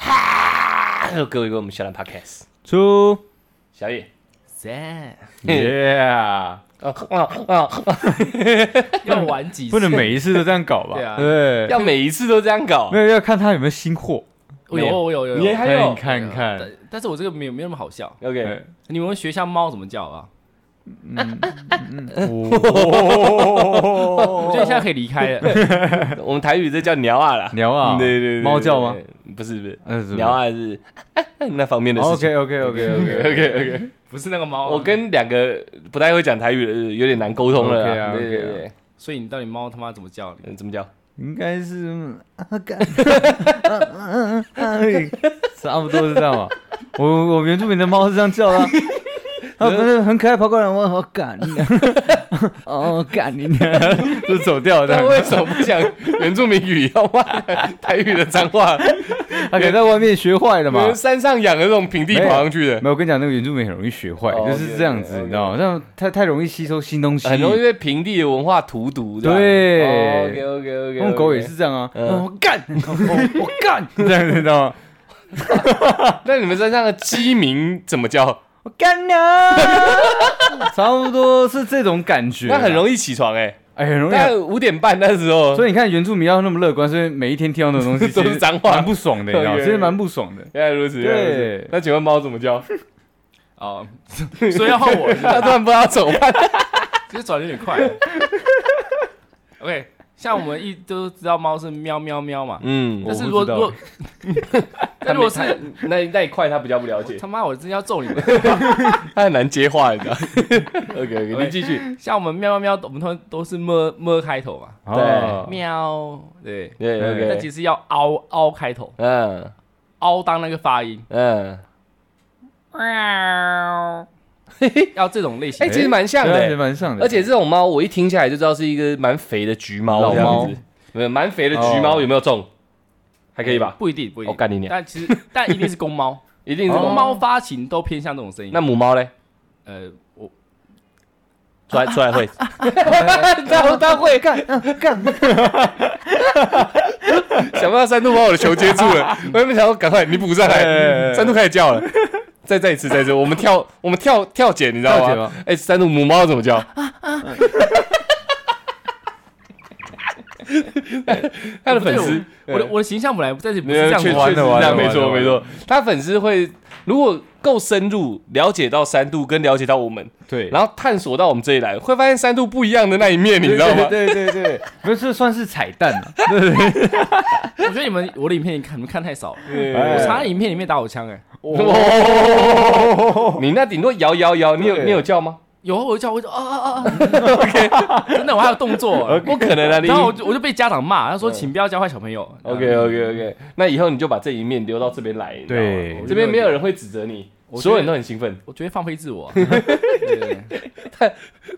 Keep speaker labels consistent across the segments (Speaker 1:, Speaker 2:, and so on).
Speaker 1: 然后 给我一个我们小兰 Podcast，
Speaker 2: 出
Speaker 1: 小雨。
Speaker 3: 三，
Speaker 2: ，Yeah，
Speaker 1: 啊啊啊！
Speaker 3: 要玩几次？
Speaker 2: 不能每一次都这样 搞吧？
Speaker 3: 对啊
Speaker 2: 对，
Speaker 1: 要每一次都这样搞
Speaker 2: 没，有要看他有没有新货，
Speaker 3: 哦我有，我有，有有
Speaker 1: 你还有
Speaker 2: 看一看看。
Speaker 3: 但但是我这个没有没有那么好笑。
Speaker 1: OK，
Speaker 2: 对
Speaker 3: 你们学一下猫怎么叫啊？我
Speaker 2: 哦，
Speaker 3: 觉得你现在可以离 开了。
Speaker 1: 我们台语这叫鸟啊啦，
Speaker 2: 鸟啊，
Speaker 1: 对对对，
Speaker 2: 猫叫吗？
Speaker 1: 对？不是不是，
Speaker 2: 嗯，
Speaker 1: 鸟啊是 那方面的事情。
Speaker 2: OK OK OK OK，
Speaker 1: OK OK，
Speaker 3: 不是那个猫啊，
Speaker 1: 我跟两个不太会讲台语的人有点难沟通了啦。
Speaker 2: OK 啊
Speaker 1: 对
Speaker 2: OK
Speaker 1: 对
Speaker 2: 啊
Speaker 1: 对，
Speaker 3: 所以你到底猫他妈怎么叫？
Speaker 1: 嗯怎么叫？
Speaker 2: 应该是 嗯啊干嗯嗯嗯嗯差不多是这样吧。我我原住民的猫是这样 叫的啊，它不是很可爱跑过来，我好干你， 哦干你，
Speaker 1: 啊
Speaker 2: 就走掉这
Speaker 1: 那
Speaker 2: 样。
Speaker 1: 为什么不讲原住民语，要骂台语的脏 话？
Speaker 2: 它可能在外面学坏了
Speaker 1: 你
Speaker 2: 嘛。
Speaker 1: 们山上养的那种平地跑上去 的，
Speaker 2: 没有，我跟你讲，那个原住民很容易学坏，
Speaker 1: 哦
Speaker 2: 就是这样子，
Speaker 1: OK，OK，OK
Speaker 2: 你知道吗？这样太太容易吸收新东西，
Speaker 1: 很容易被啊平地的文化荼毒。
Speaker 2: 对
Speaker 1: OK OK OK，
Speaker 2: 我们狗也是这 样啊，
Speaker 1: 嗯
Speaker 2: 哦我干，哦我我干，这样子你知道吗？
Speaker 1: 那你们山上的鸡鸣怎么叫？
Speaker 2: 我干娘，
Speaker 1: 啊
Speaker 2: 差不多是这种感觉。
Speaker 1: 那很
Speaker 2: 易，
Speaker 1: 容易起床哎、
Speaker 2: 哎，很容易啊
Speaker 1: 大。概五点半那时候，
Speaker 2: 所以你看，原住民要那么乐观，所以每一天听到那种东 西
Speaker 1: 都是
Speaker 2: 其实
Speaker 1: 脏话
Speaker 2: 蛮不爽的，你知道吗？
Speaker 1: 对
Speaker 2: 其实蛮不爽的。
Speaker 1: 原来如此。原来如此
Speaker 2: 对
Speaker 1: 那请问猫怎么叫？
Speaker 3: 哦， 所以要换我，
Speaker 1: 它突然不知道怎么办。
Speaker 3: 其实转的有点快。OK，像我们一都知道猫是喵喵喵嘛，
Speaker 1: 嗯
Speaker 3: 但是如
Speaker 2: 我不
Speaker 3: 果
Speaker 2: 知
Speaker 3: 如
Speaker 2: 道
Speaker 3: 果，但如果是
Speaker 1: 那那一块，它比较不了 解，
Speaker 3: 他妈，我真的要揍你们！
Speaker 1: 它很难接话，你 知道。OK OK，你继续。
Speaker 3: 像我们喵喵喵，我们通常都是么么开头嘛，
Speaker 2: 哦，
Speaker 3: 喵，对。
Speaker 1: 对
Speaker 2: 对
Speaker 3: 但
Speaker 1: OK，
Speaker 3: 其实要凹凹开头，
Speaker 1: 嗯
Speaker 3: 凹当那个发音，
Speaker 1: 嗯，
Speaker 3: 要这种类型
Speaker 1: 哎，
Speaker 3: 的。
Speaker 1: 其实蛮像的、
Speaker 2: 对啊
Speaker 1: 欸
Speaker 2: 其实蛮像的，
Speaker 1: 而且这种猫，我一听下来就知道是一个蛮肥的橘猫，
Speaker 2: 老
Speaker 1: 这样
Speaker 2: 猫
Speaker 1: 子，没有蛮肥的橘猫，
Speaker 2: 哦
Speaker 1: 有没有中？还可以吧？
Speaker 3: 不一定，不一
Speaker 1: 我
Speaker 3: 定。
Speaker 1: 干你娘！
Speaker 3: 但其实， 但一定是公猫，
Speaker 1: 一定是
Speaker 2: 哦
Speaker 3: 公
Speaker 1: 公猫。
Speaker 3: 猫发情都偏向这种声音。
Speaker 1: 那母猫嘞？
Speaker 3: 呃，我
Speaker 1: 出来出来会，
Speaker 2: 他他会干嗯干，
Speaker 1: 想不到三度把我的球接住 了，我原本想说赶快你补上来，
Speaker 2: 哎
Speaker 1: 三度开始叫了，再再一次再一次，我们跳我们跳跳姐，你知道
Speaker 2: 跳姐
Speaker 1: 吗
Speaker 2: 吗？
Speaker 1: 哎，三度母猫怎么 叫？他的粉丝，
Speaker 3: 我的
Speaker 1: 对
Speaker 3: 我的形象本来在这里不
Speaker 1: 没
Speaker 3: 是
Speaker 1: 有
Speaker 3: 这
Speaker 1: 确
Speaker 3: 样
Speaker 1: 确
Speaker 3: 子
Speaker 1: 实
Speaker 2: 玩
Speaker 1: 是
Speaker 2: 的
Speaker 1: 这
Speaker 2: 玩的
Speaker 1: 样，没
Speaker 2: 玩的
Speaker 1: 错没
Speaker 2: 玩
Speaker 1: 错。他粉丝会如果够深入了解到三度，跟了解到我们，
Speaker 2: 对，
Speaker 1: 然后探索到我们这里来，会发现三度不一样的那一面，你知道吗？
Speaker 2: 对对对对，不是这算是彩蛋 啊，
Speaker 3: 我觉得你们我的影片你看你们看太少了，
Speaker 1: 对
Speaker 3: 我常在影片里面打我枪哎，
Speaker 1: 你那顶多摇摇摇，你有
Speaker 2: 对
Speaker 1: 你有叫吗？
Speaker 3: 有啊我就叫我就啊啊啊啊 ，OK，真的 我还有动作，
Speaker 1: 不可能啊！你
Speaker 3: 然后我就我就被家长骂，他说请不要教坏小朋友。
Speaker 1: OK OK OK，那以后你就把这一面留到这边来，你知道吗
Speaker 2: 对
Speaker 1: 这边没有人会指责你，
Speaker 3: 我觉得
Speaker 1: 所有人都很兴奋。
Speaker 3: 我觉得放飞自我啊， 对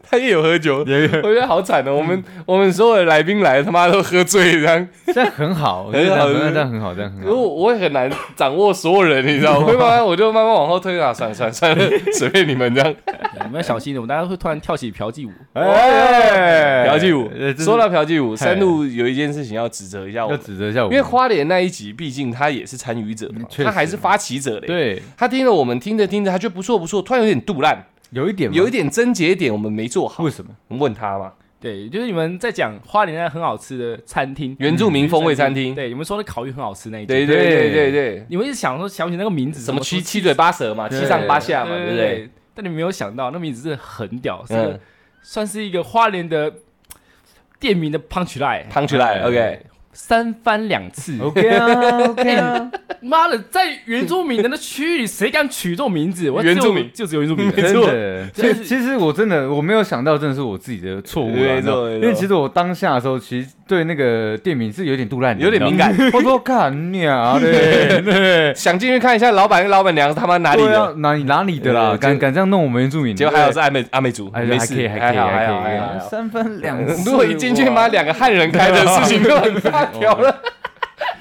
Speaker 1: 他也有喝酒，
Speaker 2: 也
Speaker 1: 我觉得好惨
Speaker 2: 嗯
Speaker 1: 哦。我们我们所有的来宾来，他妈都喝醉这样，
Speaker 2: 这样很好，我觉得
Speaker 1: 很好是不是
Speaker 2: 这样很好，这样很
Speaker 1: 如
Speaker 2: 好。
Speaker 1: 果我也很难掌握所有人，你知道 吗，我会慢慢我就慢慢往后推啊，算了算了算了，随便你们这样。
Speaker 3: 你们要小心的，我们大家会突然跳起嫖妓舞。
Speaker 2: 哎
Speaker 1: 嫖妓舞，说
Speaker 2: 了
Speaker 1: 到嫖妓舞，
Speaker 2: 嘿
Speaker 1: 三路有一件事情要指责一下我
Speaker 2: 要
Speaker 1: 们，
Speaker 2: 指责一下我
Speaker 1: 因
Speaker 2: 们，
Speaker 1: 为花莲那一集，毕竟他也是参与者嘛
Speaker 2: 嗯，确实
Speaker 1: 他还是发起者嘞。
Speaker 2: 对
Speaker 1: 他听了我们听着听着，他觉得不错不错，突然有点肚烂，
Speaker 2: 有一点嘛
Speaker 1: 有一点症结点我们没做好
Speaker 2: 为，什么？
Speaker 1: 我们问他嘛。
Speaker 3: 对，就是你们在讲花莲那很好吃的餐厅，
Speaker 1: 原住民风味餐厅，
Speaker 3: 对，你们说那烤鱼很好吃那一
Speaker 1: 对
Speaker 3: 间，
Speaker 1: 对对
Speaker 2: 对
Speaker 1: 对对，
Speaker 3: 你们一直想说想不起那个名字，
Speaker 1: 什么七
Speaker 3: 出
Speaker 1: 七嘴八舌嘛，
Speaker 2: 对
Speaker 1: 七上八下嘛，
Speaker 3: 对
Speaker 1: 对不对？
Speaker 3: 对？但你没有想到，那名字真的很屌，是个
Speaker 1: 嗯，
Speaker 3: 算是一个花莲的店名的 punch line，
Speaker 1: 胖起来
Speaker 2: 哎
Speaker 1: ，OK，
Speaker 3: 三番两次，
Speaker 1: 哦
Speaker 2: OK 啊，OK 啊，
Speaker 3: 妈的，在原住民的那区域里，谁敢取这种名字？我只有
Speaker 1: 原住民
Speaker 3: 就只有原住民
Speaker 1: 没
Speaker 2: 真
Speaker 1: 错
Speaker 2: 的。
Speaker 3: 就
Speaker 2: 其
Speaker 3: 是
Speaker 2: 其实我真的我没有想到，真的是我自己的错误啊
Speaker 1: 没错
Speaker 2: 你知道
Speaker 1: 没错
Speaker 2: 因为其实我当下的时候，其实对那个店名是有点杜烂的，
Speaker 1: 有点敏感
Speaker 2: 你知道吗。我说看你啊，对对。
Speaker 1: 想进去看一下老板跟老板娘他妈哪里
Speaker 2: 对啊
Speaker 1: 的，，
Speaker 2: 哪里哪里的啦？
Speaker 1: 对
Speaker 2: 敢
Speaker 1: 就
Speaker 2: 敢这样弄我们原住民？
Speaker 1: 结果还好是
Speaker 2: 对
Speaker 1: 阿美阿美族，
Speaker 2: 哎
Speaker 1: 没
Speaker 2: 还可
Speaker 1: 事，
Speaker 2: 以，还可以，
Speaker 1: 好
Speaker 2: 还
Speaker 1: 还
Speaker 2: 可
Speaker 1: 好
Speaker 2: 以，
Speaker 1: 还好
Speaker 2: 还可以
Speaker 1: 还好。
Speaker 2: 三分两次。
Speaker 1: 如果一进去妈两个汉人开的事情就很发条了，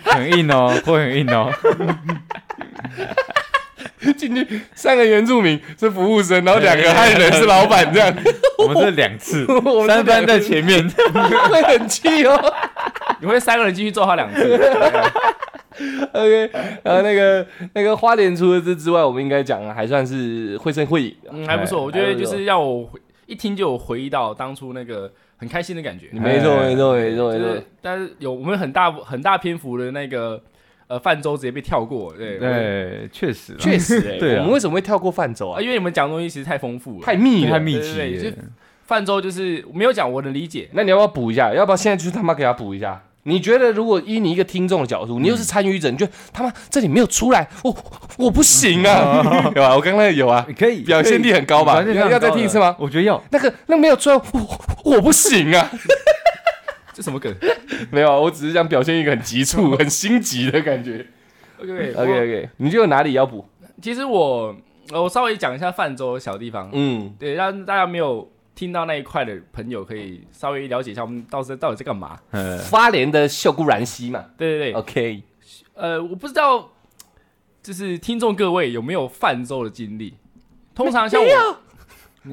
Speaker 2: 哇，很硬哦，会很硬哦。
Speaker 1: 进去三个原住民是服务生，然后两个汉人是老板，这样
Speaker 2: 我们这两次
Speaker 1: 我们这两次，
Speaker 2: 三番在前面。
Speaker 1: 会很气哦。
Speaker 3: 你会三个人进去揍他两次，
Speaker 1: OK，然后那个那个花莲除了这之外，我们应该讲还算是绘声绘影的。
Speaker 3: 嗯，还不错，
Speaker 1: 哎
Speaker 3: 我觉得
Speaker 1: 还
Speaker 3: 就
Speaker 1: 不错
Speaker 3: 是让我回一听就有回忆到当初那个很开心的感觉。
Speaker 1: 没错，
Speaker 2: 哎
Speaker 1: 没错，没错，
Speaker 3: 就
Speaker 1: 没错
Speaker 3: 是。，但是有我们很大很大篇幅的那个呃泛舟直接被跳过，对我
Speaker 2: 对，确实啦，
Speaker 1: 确实、哎，
Speaker 2: 对啊
Speaker 1: 我们为什么会跳过泛舟
Speaker 3: 啊，
Speaker 1: 啊？
Speaker 3: 因为你们讲的东西其实太丰富了，
Speaker 1: 太密了，
Speaker 2: 太密
Speaker 3: 对对
Speaker 2: 集
Speaker 3: 对
Speaker 2: 了。
Speaker 3: 泛舟就是我没有讲我能理解，
Speaker 1: 那你要不要补一下？要不要现在就他妈给他补一下？你觉得如果依你一个听众的角度，你又是参与者，你觉得他妈这里没有出来，我我不行 啊，有啊，我刚刚有啊，
Speaker 2: 可以
Speaker 1: 表现力很高吧？
Speaker 2: 表现力
Speaker 1: 要
Speaker 2: 很
Speaker 1: 要
Speaker 2: 高的
Speaker 1: 再听一次吗？
Speaker 2: 我觉得要，
Speaker 1: 那个那个没有出来，我我我不行啊，
Speaker 3: 这什么梗
Speaker 1: 没有啊，我只是想表现一个很急 促、很心急的感觉。
Speaker 3: ？OK
Speaker 1: OK OK，你就有哪里要补？
Speaker 3: 其实我呃我稍微讲一下泛舟的小地方，
Speaker 1: 嗯，
Speaker 3: 对，让大家没有听到那一块的朋友可以稍微了解一下我们到时候到底在干嘛。
Speaker 2: 呃，
Speaker 1: 花莲的秀姑兰溪嘛。
Speaker 3: 对对对，
Speaker 1: OK，
Speaker 3: 呃，我不知道，就是听众各位有没有泛舟的经历？通常像我，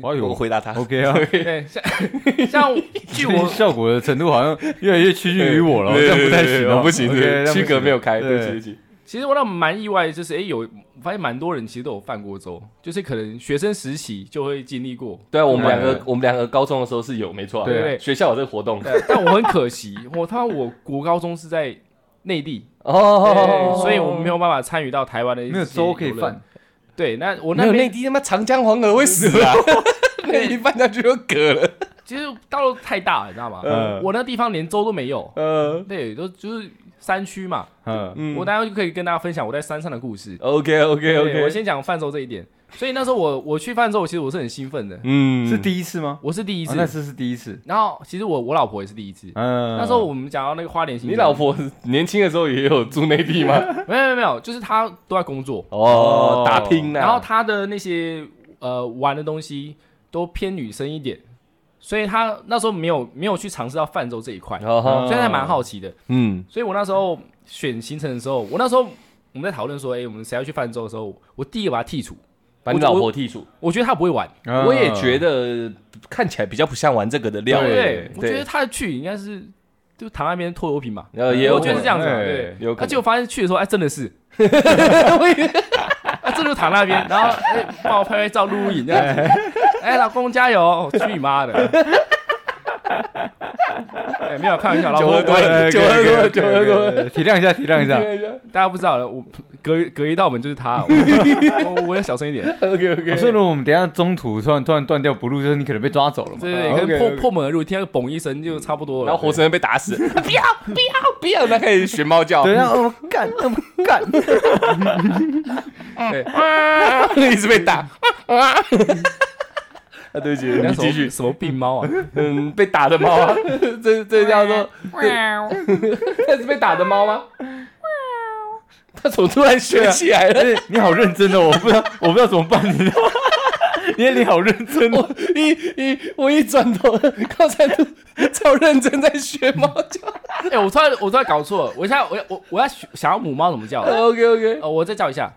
Speaker 2: 我
Speaker 1: 我
Speaker 2: 有
Speaker 1: 回答他。
Speaker 2: OK 啊，
Speaker 3: 对，像 像我据我
Speaker 2: 效果的程度好像越来越趋近于我了，这样不太行哦，
Speaker 1: 我不行，
Speaker 2: OK，
Speaker 1: 对
Speaker 2: 这样
Speaker 1: 区隔没有开，对
Speaker 2: 对
Speaker 1: 不起，对不起。
Speaker 3: 其实我让我蛮意外，的就是哎、诶有我发现蛮多人其实都有泛过舟，就是可能学生实习就会经历过，
Speaker 1: 对啊，我们
Speaker 2: 对
Speaker 1: 两个，我们两个高中的时候是有，没错啊。
Speaker 2: 对
Speaker 3: 对
Speaker 1: 学校有这个活动。
Speaker 3: 但但我很可惜， 我他妈我国高中是在内地，
Speaker 1: 哦
Speaker 3: 对，所以我没有办法参与到台湾的一
Speaker 2: 没有
Speaker 3: 些
Speaker 2: 粥可以
Speaker 3: 游乐
Speaker 2: 饭。
Speaker 3: 对，那我
Speaker 1: 没有
Speaker 3: 那
Speaker 1: 内
Speaker 3: 边
Speaker 1: 地他妈长江黄河会死啊，那一翻下去就嗝了。
Speaker 3: 其实大陆太大了，你知道吗？
Speaker 2: 嗯
Speaker 3: 我那地方连舟都没有，
Speaker 1: 呃
Speaker 3: 对，都就是山区嘛。
Speaker 2: 嗯，
Speaker 1: 嗯
Speaker 3: 我待会就可以跟大家分享我在山上的故事。
Speaker 1: ，OK OK
Speaker 3: 对我
Speaker 1: OK，
Speaker 3: 先讲泛舟这一点。所以那时候我我去泛舟，其实我是很兴奋的，
Speaker 1: 嗯
Speaker 2: 是第一次吗？
Speaker 3: 我是第一
Speaker 2: 一
Speaker 3: 次。
Speaker 2: 那次是第一次。
Speaker 3: 然后其实我我老婆也是第一次。
Speaker 2: 嗯，
Speaker 3: 那时候我们讲到那个花莲行，
Speaker 1: 你老婆年轻的时候也有住内地吗？
Speaker 3: 没有没有没有，就是她都在工作，
Speaker 1: 哦，打拼呐。
Speaker 3: 然后她的那些呃玩的东西都偏女生一点，所以她那时候没有没有去尝试到泛舟这一块，
Speaker 1: 哦哈，
Speaker 3: 所以还蛮好奇的。
Speaker 1: 嗯
Speaker 3: 所以我那时候选行程的时候，我那时候我们在讨论说，哎、我们谁要去泛舟的时候，我第一个把她剔除，
Speaker 1: 把你
Speaker 3: 我
Speaker 1: 老婆剔除。
Speaker 3: 我觉得她不会玩。
Speaker 1: 我也觉
Speaker 2: 得，
Speaker 1: 得看起来比较不像玩这个的料。
Speaker 3: 对，我觉得
Speaker 1: 对，
Speaker 3: 他去应该是就躺在那边拖油瓶嘛，
Speaker 1: 呃，也有
Speaker 3: 我
Speaker 1: 可
Speaker 3: 觉得
Speaker 1: 能
Speaker 3: 是这样子嘛，
Speaker 2: 哎
Speaker 3: 对。
Speaker 1: 有可
Speaker 3: 而
Speaker 1: 能
Speaker 3: 且我发现去的时候，哎，真 的是，啊，真的就躺那边，然后哎，帮我拍拍照、录录影这样子。哎，老公加油！哦去你妈的！哎，没有开玩笑，老
Speaker 1: 酒
Speaker 3: 婆
Speaker 1: 喝多了
Speaker 2: 对
Speaker 3: 我
Speaker 1: 酒喝多了酒喝多了，
Speaker 2: 对对对对体谅一下，体谅一下。
Speaker 3: 大家不知道了，我隔隔一道门就 是他，我我我要小声一点，
Speaker 1: OK
Speaker 2: 我
Speaker 1: OK，
Speaker 2: 说如果我们等一下中途突然突然断掉不录，就是你可能被抓走了嘛。
Speaker 3: 对对，
Speaker 1: 好
Speaker 3: 对可能
Speaker 1: OK，OK
Speaker 3: 破破门而入，听到嘣一声就差不多了。
Speaker 1: 然后活生生被打 死，不要不要不要，那开始学猫叫，
Speaker 3: 啊
Speaker 2: 等一下，我干，我干，
Speaker 3: 对，
Speaker 1: 嗯一直被打。啊，对不起，
Speaker 3: 那
Speaker 1: 你
Speaker 3: 什么
Speaker 1: 继续。
Speaker 3: 什么病猫 啊？
Speaker 1: 嗯，被打的猫 啊，这这
Speaker 3: 哎
Speaker 1: 叫做那是被打的猫吗？他怎么突然
Speaker 3: 啊
Speaker 1: 学起来了？
Speaker 2: 而且你好认真哦，我不知道，我不知道怎么办，你知道吗？ 你的脸好认真哦，
Speaker 1: 我一一我一转头， 高山 兔超认真在学猫叫。
Speaker 3: 哎、我突然我突然搞错了，我现在我要我我要学想要母猫怎么叫？呃，
Speaker 1: OK OK，
Speaker 3: 我再叫一下，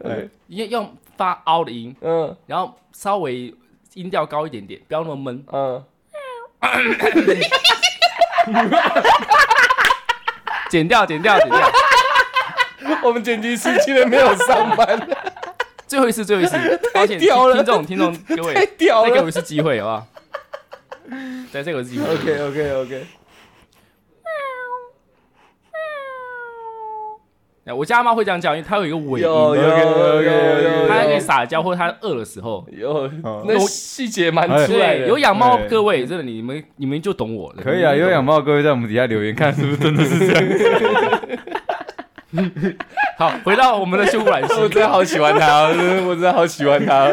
Speaker 3: 要用发凹的音，
Speaker 1: 嗯
Speaker 3: 然后稍微音调高一点点，不要那么闷。
Speaker 1: 嗯，
Speaker 3: 剪掉，剪掉，剪掉。
Speaker 1: 我们剪辑师今天没有上 班，
Speaker 3: 最后一次，最后一次，抱歉，
Speaker 1: 屌了
Speaker 3: 听众听众各位
Speaker 1: 太，屌
Speaker 3: 再给我
Speaker 1: 了
Speaker 3: 一。次机会好不好？对，再给我一次机会。
Speaker 1: OK OK OK，
Speaker 3: 哎我家猫会这样叫，因为它有一个尾
Speaker 1: 有
Speaker 3: 音，
Speaker 1: 有有有
Speaker 3: 它可以
Speaker 1: 有
Speaker 3: 撒娇或者它饿的时候。
Speaker 1: 有，
Speaker 2: 哦
Speaker 1: 那细节 蛮
Speaker 2: 哎
Speaker 1: 出来
Speaker 3: 对，
Speaker 1: 的。
Speaker 3: 有养猫
Speaker 2: 对
Speaker 3: 各位，真的你们你们就懂我了。
Speaker 2: 可以啊，有养猫，各位在我们底下留言，看是不是真的是这样。
Speaker 3: 好，回到我们的修古兰
Speaker 1: 我真的好喜欢他， 我真的我真的好喜欢他。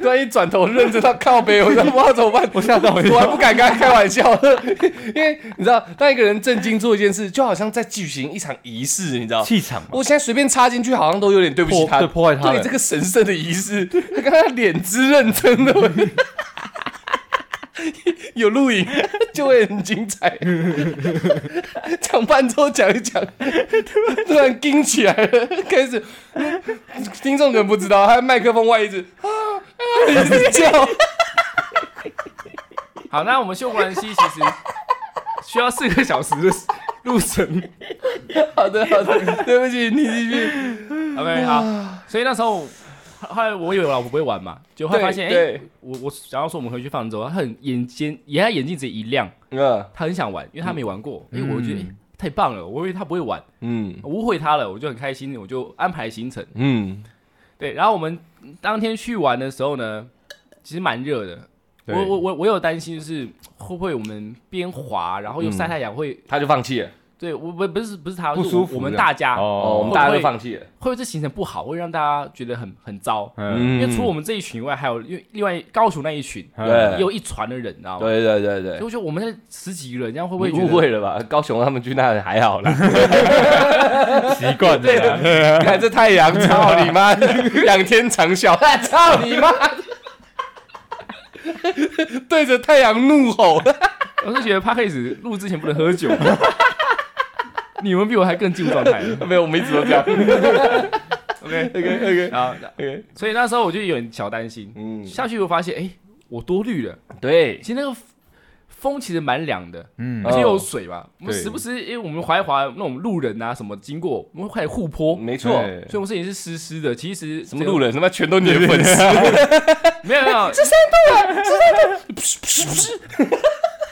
Speaker 1: 突然一转头认真到靠背，我真的不知道怎么办，我吓到，我还不敢跟他开玩笑， 因为你知道，当一个人正经做一件事，就好像在举行一场仪式，你知道。
Speaker 2: 气场嘛，
Speaker 1: 我现在随便插进去，好像都有点对不起
Speaker 2: 破
Speaker 1: 他，
Speaker 2: 对破坏他
Speaker 1: 对
Speaker 2: 了
Speaker 1: 这。个神圣的仪式， 他刚刚脸之认真的，我 有录影 就会很精彩。 讲半周讲一讲， 突然惊起来了，开始听众可能不知道，他麦克风外一直啊啊一直叫，
Speaker 3: 好，那我们秀兰溪其实需要四个小时的路程，
Speaker 1: 好的，好的，对不起，你继续。
Speaker 3: OK，好，所以那时候后来我以为我老婆不会玩嘛，结果后来发现，哎、
Speaker 1: 对对
Speaker 3: 我我想要说我们回去放之后，她很眼睛，也她眼睛直接一亮，
Speaker 1: 嗯
Speaker 3: 她很想玩，因为她没玩过，因为、我就觉得、
Speaker 2: 嗯
Speaker 3: 哎太棒了，我以为她不会玩，
Speaker 1: 嗯
Speaker 3: 我误会她了，我就很开心，我就安排行程。
Speaker 1: 嗯，
Speaker 3: 对，然后我们当天去玩的时候呢，其实蛮热的。
Speaker 1: 对
Speaker 3: 我我我我有担心，就是会不会我们边滑，然后又晒
Speaker 1: 嗯
Speaker 3: 太阳会，
Speaker 1: 他就放弃了。
Speaker 3: 对我不不是不是他，
Speaker 2: 不
Speaker 3: 是
Speaker 2: 舒
Speaker 3: 我
Speaker 2: 服
Speaker 3: 我们
Speaker 2: 这样
Speaker 3: 大家
Speaker 1: 哦，我
Speaker 2: 哦
Speaker 1: 们大家都放弃了。
Speaker 3: 会不会这行程不好，会让大家觉得很很糟？
Speaker 2: 嗯，
Speaker 3: 因为除了我们这一群以外，还有另另外高雄那一群，
Speaker 1: 嗯对
Speaker 3: 也有一船的人，你知道吗？
Speaker 1: 对对对
Speaker 3: 所以
Speaker 1: 对，
Speaker 3: 我觉得我们那十几个人，这样会不会
Speaker 1: 你
Speaker 3: 觉得
Speaker 1: 误会了 吧？高雄他们去那还好 啦，
Speaker 2: 习惯
Speaker 1: 对
Speaker 2: 了，
Speaker 1: 看这太阳，操你 妈！仰天长 啸，
Speaker 3: 哎
Speaker 1: 操你妈！对着太阳怒吼，
Speaker 3: 我是觉得 p 开始录之前不能喝酒， 你们比我还更进入状态了。
Speaker 1: 没有，我们一直都这样。
Speaker 3: OK，
Speaker 1: OK OK
Speaker 3: 然后
Speaker 1: OK，
Speaker 3: 所以那时候我就有点小担心，
Speaker 1: 嗯，
Speaker 3: 下去我发现，哎、我多虑了。
Speaker 1: 对
Speaker 3: 其，实那个风其实蛮凉的，
Speaker 2: 嗯
Speaker 3: 而且又有水嘛。我们
Speaker 2: 对
Speaker 3: 时不时，哎因为我们滑一滑，那种路人啊什么经过，我们会开始互泼，
Speaker 1: 没错，
Speaker 2: 对
Speaker 3: 所以我们身体是湿湿的。其实
Speaker 1: 什么路人他妈全都你的粉丝，
Speaker 3: 这个没有没有，这三
Speaker 1: 啊
Speaker 3: 度了，这三度，不是不是不是。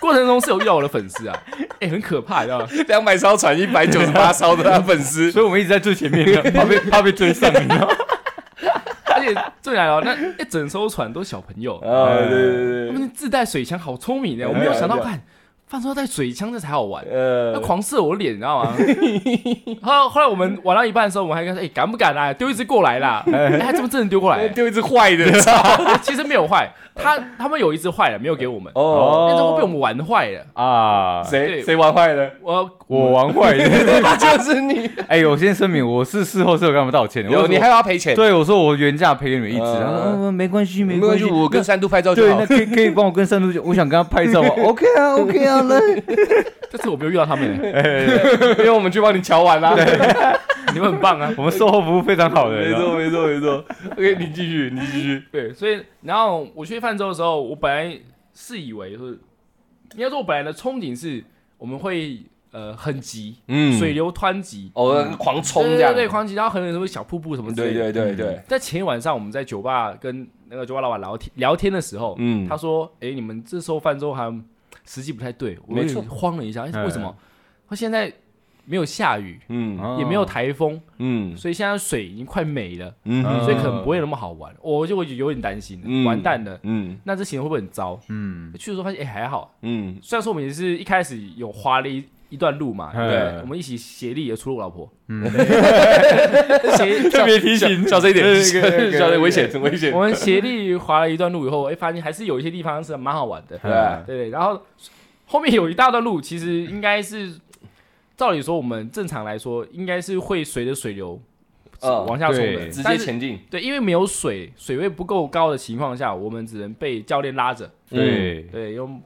Speaker 3: 过程中是有遇到我的粉丝啊，哎、很可怕，你知道吗？
Speaker 1: 两百艘船一百九十八艘的他粉丝，
Speaker 2: 所以我们一直在最前 面，怕被怕被追上，你知道吗？
Speaker 3: 而且最来了，那一哎整艘船都是小朋友，
Speaker 1: 啊，对对对
Speaker 3: 他们自带水枪，好聪
Speaker 1: 嗯
Speaker 3: 明的。我没有想到，看放出带水枪这才好玩。
Speaker 1: 对，呃
Speaker 3: 他狂射我脸，你知 道吗？后来后来我们玩到一半的时候，我们还跟他说：“哎、敢不敢啊？丢一只过 来啦！”哎、他怎么真的丢过来、
Speaker 1: 丢一只坏 的，操！
Speaker 3: 其实没有坏，他他们有一只坏了，没有给我们，
Speaker 1: 哦，
Speaker 3: 但是会被我们玩坏了。
Speaker 2: 啊，
Speaker 1: 谁
Speaker 3: 对
Speaker 1: 谁玩坏 了？
Speaker 3: 我
Speaker 2: 我玩坏 了。
Speaker 1: 就是你，
Speaker 2: 哎，我先声明，我是事后是有跟他们道歉的。
Speaker 1: 有
Speaker 2: 我
Speaker 1: 你还要赔钱，
Speaker 2: 对我说我原价赔给你们一只，
Speaker 1: 嗯
Speaker 2: 他说嗯没关系
Speaker 1: 没
Speaker 2: 没
Speaker 1: 关
Speaker 2: 关
Speaker 1: 系，
Speaker 2: 系，
Speaker 1: 我跟三度拍照就
Speaker 2: 对，
Speaker 1: 好
Speaker 2: 那。可以可以帮我跟山猪姐，我想跟他拍 照吗？OK 啊，OK 啊，来，
Speaker 3: 这次我没有遇到 他们、哎
Speaker 1: 因为我们去帮你瞧完啦。
Speaker 3: 啊 你们很棒啊！
Speaker 2: 我们售后服务非常好的，
Speaker 1: 没错，没错，没错。OK，你继续，你继续。
Speaker 3: 对，所以然后我去泛舟的时候，我本来是以为说，应该说我本来的憧憬是我们会呃很急，
Speaker 1: 嗯
Speaker 3: 水流湍急，
Speaker 1: 哦，狂冲
Speaker 3: 对
Speaker 1: 这样。
Speaker 3: 嗯对对，狂急，然后可能有什么小瀑布什么之类
Speaker 1: 对
Speaker 3: 的。
Speaker 1: 对对对，
Speaker 3: 在前一晚上，我们在酒吧跟那个酒吧老板聊天聊天的时候，
Speaker 1: 嗯
Speaker 3: 他说：“哎、你们这时候泛舟还时机不太对。”我
Speaker 1: 没
Speaker 3: 有
Speaker 1: 错
Speaker 3: 点慌了一下，诶
Speaker 2: 嗯
Speaker 3: 为什么？他现在没有下雨，
Speaker 1: 嗯
Speaker 2: 哦
Speaker 3: 也没有台风，
Speaker 1: 嗯
Speaker 3: 所以现在水已经快没了，
Speaker 1: 嗯
Speaker 2: 嗯
Speaker 3: 啊所以可能不会那么好玩。我就我就有点担心了，
Speaker 1: 嗯
Speaker 3: 完蛋了，
Speaker 1: 嗯
Speaker 3: 那这行会不会很糟？
Speaker 2: 嗯，
Speaker 3: 去的时候发现，哎、还好。
Speaker 1: 嗯
Speaker 3: 虽然说我们也是一开始有花了一一段路嘛，
Speaker 2: 嗯
Speaker 1: 哎
Speaker 3: 对，我们一起协力，也除了我老婆，
Speaker 2: 嗯
Speaker 3: 对协
Speaker 2: 特别提醒，
Speaker 1: 小声一点，小
Speaker 2: 对 对对
Speaker 1: 声危险，危险
Speaker 3: 我。们协力滑了一段路以后，哎、发现还是有一些地方是蛮好玩的，
Speaker 1: 对啊
Speaker 3: 对，然后后面有一大段路，其实应该是，照理说我们正常来说应该是会随着水流
Speaker 1: 嗯
Speaker 3: 往下冲的，
Speaker 2: 对
Speaker 1: 直接
Speaker 3: 但是
Speaker 1: 前进。
Speaker 3: 对，因为没有水，水位不够高的情况下，我们只能被教练拉着，
Speaker 2: 对，
Speaker 3: 对，用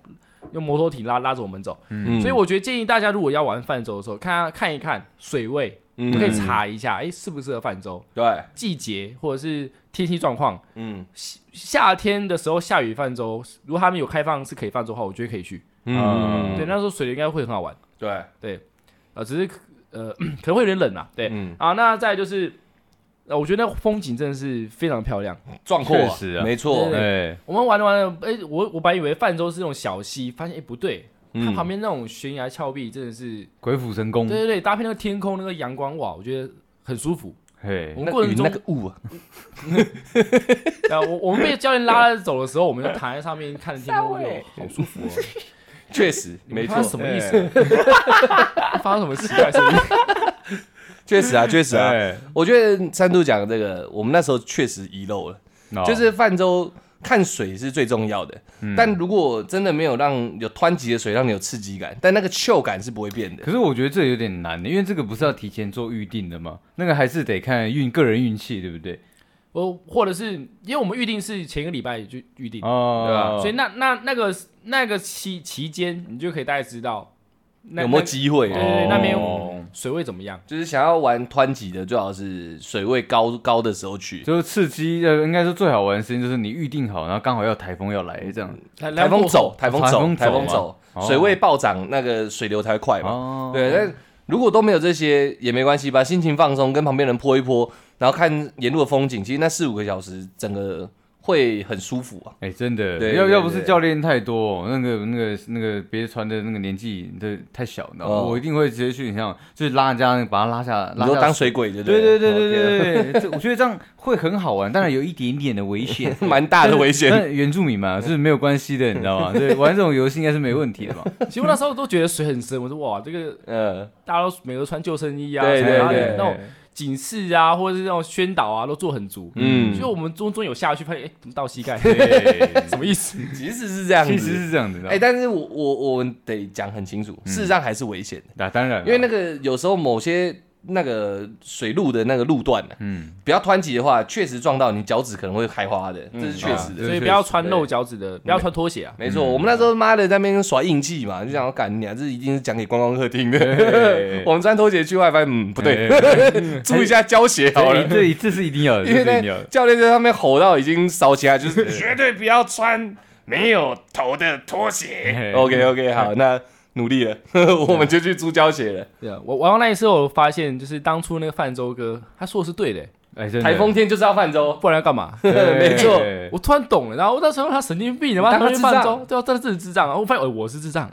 Speaker 3: 用摩托艇拉拉着我们走。
Speaker 1: 嗯
Speaker 3: 所以我觉得建议大家，如果要玩泛舟的时候，看看一看水位，
Speaker 1: 我
Speaker 3: 你可以查一下，哎、适不适合泛舟，
Speaker 1: 嗯对，
Speaker 3: 季节或者是天气状况。
Speaker 1: 嗯
Speaker 3: 夏天的时候下雨泛舟，如果他们有开放是可以泛舟的话，我觉得可以去。
Speaker 2: 嗯
Speaker 3: 对，那时候水流应该会很好玩。
Speaker 1: 对，
Speaker 3: 对，呃，只是可呃可能会有点冷啊。对、
Speaker 1: 嗯，
Speaker 3: 啊，那再来就是，呃，我觉得那风景真的是非常漂亮。
Speaker 1: 壮阔啊，
Speaker 2: 确实啊
Speaker 1: 没错。
Speaker 3: 对
Speaker 2: 对，
Speaker 3: 我们玩着玩着，哎、我我本来以为泛舟是那种小溪，发现哎、不对，它
Speaker 1: 嗯
Speaker 3: 旁边那种悬崖峭壁真的是，
Speaker 2: 鬼斧神工
Speaker 3: 对，对对，搭配那个天空那个阳光，哇，我觉得很舒服。
Speaker 2: 嘿
Speaker 3: 我，们过程中
Speaker 1: 那，个雾啊，
Speaker 3: 啊，我我们被教练拉着走的时候，我们就躺在上面看着天空，我就好舒服哦。
Speaker 1: 确实
Speaker 3: 你们
Speaker 1: 没错。
Speaker 3: 发生什么
Speaker 1: 哎
Speaker 3: 意思？啊发生什么奇怪的事情？
Speaker 1: 确实啊，确实啊。
Speaker 2: 对，
Speaker 1: 我觉得三度讲的这个，我们那时候确实遗漏了，
Speaker 2: 那
Speaker 1: 就是泛舟看水是最重要的。
Speaker 2: 嗯
Speaker 1: 但如果真的没有让有湍急的水让你有刺激感，但那个嗅感是不会变的。
Speaker 2: 可是我觉得这有点难，因为这个不是要提前做预定的吗？那个还是得看运个人运气，对不对？
Speaker 3: 我呃或者是因为我们预定是前一个礼拜就预
Speaker 1: 对
Speaker 3: 定，
Speaker 1: 吧
Speaker 2: 哦，
Speaker 3: 所以那那那个那个期期间，你就可以大概知道那
Speaker 1: 有没有
Speaker 3: 那
Speaker 1: 机会
Speaker 3: 对
Speaker 1: 啊？
Speaker 3: 对对，那边
Speaker 2: 哦
Speaker 3: 水位怎么样？
Speaker 1: 就是想要玩湍急的，最好是水位高高的时候去。
Speaker 2: 就是刺激，呃，应该说最好玩的事情就是你预定好，然后刚好要台风要来这样。
Speaker 1: 台
Speaker 3: 台
Speaker 1: 风走，台风
Speaker 2: 哦台
Speaker 1: 走，
Speaker 2: 风走
Speaker 1: 台风
Speaker 2: 嘛
Speaker 1: 走，
Speaker 2: 哦
Speaker 1: 水位暴涨，那个水流才会快嘛。
Speaker 2: 哦，
Speaker 1: 对，但如果都没有这些也没关系吧，心情放松，跟旁边人泼一泼，然后看沿路的风景，其实那四五个小时整个会很舒服啊。
Speaker 2: 哎、真的，
Speaker 1: 对
Speaker 2: 要
Speaker 1: 对
Speaker 2: 要不是
Speaker 1: 对
Speaker 2: 教练太多，那个那个那个别传的那个年纪的太小，然后
Speaker 1: 哦
Speaker 2: 我一定会直接去，你像就是拉人家，把他拉下，
Speaker 1: 你
Speaker 2: 拉
Speaker 1: 说
Speaker 2: 下
Speaker 1: 当水鬼对不
Speaker 2: 对对
Speaker 1: 对
Speaker 2: 对对
Speaker 1: 哦天啊，
Speaker 2: 对对，这我 觉得这样会很好玩，当然有一点点的危险
Speaker 1: 蛮大的危险嗯
Speaker 2: 但原住民嘛是没有关系的，你知道吗？对，玩这种游戏应该是没问题的嘛。
Speaker 3: 其实我那时候都觉得水很深，我说哇，这个
Speaker 1: 嗯，
Speaker 3: 大家都每个都穿救生衣啊，
Speaker 1: 对对
Speaker 3: 然后
Speaker 1: 对
Speaker 3: 那种警示啊，或者是那种宣导啊，都做很足。
Speaker 1: 嗯
Speaker 3: 所以我们中中有下去，发现哎，怎么到膝 盖？
Speaker 2: 对，
Speaker 3: 什么意思？
Speaker 1: 其实是这样
Speaker 2: 其实
Speaker 1: 子。
Speaker 2: 是嗯这样子的。
Speaker 1: 哎、但是我我我们得讲很清楚，事实上还是危险的，
Speaker 2: 那当然了，
Speaker 1: 因为那个有时候某些那个水路的那个路段、啊，
Speaker 2: 嗯，
Speaker 1: 比较湍急的话，确实撞到你脚趾可能会开花的，这是确实
Speaker 2: 啊嗯
Speaker 1: 的。
Speaker 2: 对
Speaker 3: 所以不要穿露脚趾的，不要穿拖鞋啊。
Speaker 1: 没错，我们那时候妈的在那边耍硬气嘛，就想要干你啊，这一定是讲给观光客听的。 我们穿拖鞋去外，发现嗯不对，注意一下胶鞋好
Speaker 2: 好
Speaker 1: 了
Speaker 2: 了，。这一次是一定要的，
Speaker 1: 因为
Speaker 2: 这是一定要
Speaker 1: 那
Speaker 2: 的。
Speaker 1: 教练在上面吼到已经烧起来，就是绝对不要穿没有头的拖鞋
Speaker 2: 嘿。
Speaker 1: OK OK，好，那努力了， 我们就去租胶鞋了。
Speaker 3: 对啊，我玩到那一次，我发现就是当初那个泛舟哥，他说的是对的，欸
Speaker 2: 哎，真的
Speaker 1: 台风天就是要泛舟，
Speaker 3: 不然要干 嘛？
Speaker 2: 对
Speaker 1: 没错
Speaker 2: 对
Speaker 3: 我突然懂了，然后我那时候他神经病了嘛，
Speaker 1: 当他
Speaker 3: 他去泛
Speaker 1: 智
Speaker 3: 舟
Speaker 1: 障，
Speaker 3: 对啊，他是智障啊！我发现哎我是智 障，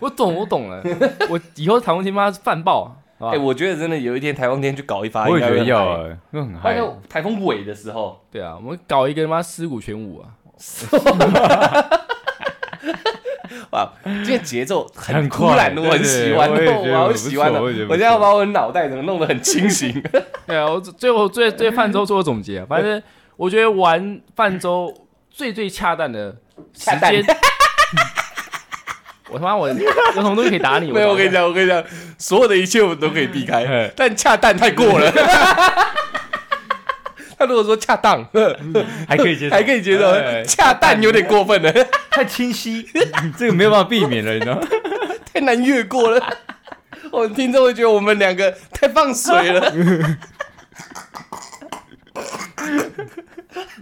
Speaker 3: 我懂，我懂了，我以后台风天妈犯爆，好
Speaker 1: 哎、
Speaker 3: 吧？
Speaker 1: 我觉得真的有一天台风天去搞一发，
Speaker 2: 我也觉得
Speaker 1: 应该
Speaker 2: 要
Speaker 1: 会很嗨。
Speaker 2: 啊，那很
Speaker 1: 快
Speaker 2: 嗨。
Speaker 1: 到台风尾的时候，
Speaker 3: 对啊，我们搞一个他妈尸骨玄武啊！
Speaker 1: 哇，这个节奏很
Speaker 2: 很
Speaker 1: 突
Speaker 2: 快
Speaker 1: 然，
Speaker 2: 对
Speaker 1: 我很喜欢，
Speaker 2: 对对我也觉得
Speaker 1: 好
Speaker 2: 不错
Speaker 1: 喜欢哦！
Speaker 2: 我也觉得不错
Speaker 1: 我现在要把我的脑袋怎么弄得很清醒？
Speaker 3: 对啊，我最后最最泛舟做个总
Speaker 1: 哎
Speaker 3: 结啊，反正我觉得玩泛舟最最恰当的时
Speaker 1: 恰当
Speaker 3: 间。 我他妈我有什么东西可以打你？
Speaker 1: 没有，我
Speaker 3: 跟
Speaker 1: 跟
Speaker 3: 你
Speaker 1: 你讲，我跟你讲，所有的一切我们都可以避开
Speaker 2: 嗯，
Speaker 1: 但恰当太过了。 他如果说恰当，
Speaker 2: 还可以接受，
Speaker 1: 还可以接受
Speaker 2: 哎，
Speaker 1: 恰当有点过分了，
Speaker 2: 太清晰，这个没有办法避免了，你知道吗？
Speaker 1: 太难越过了。我们听众会觉得我们两个太放水了。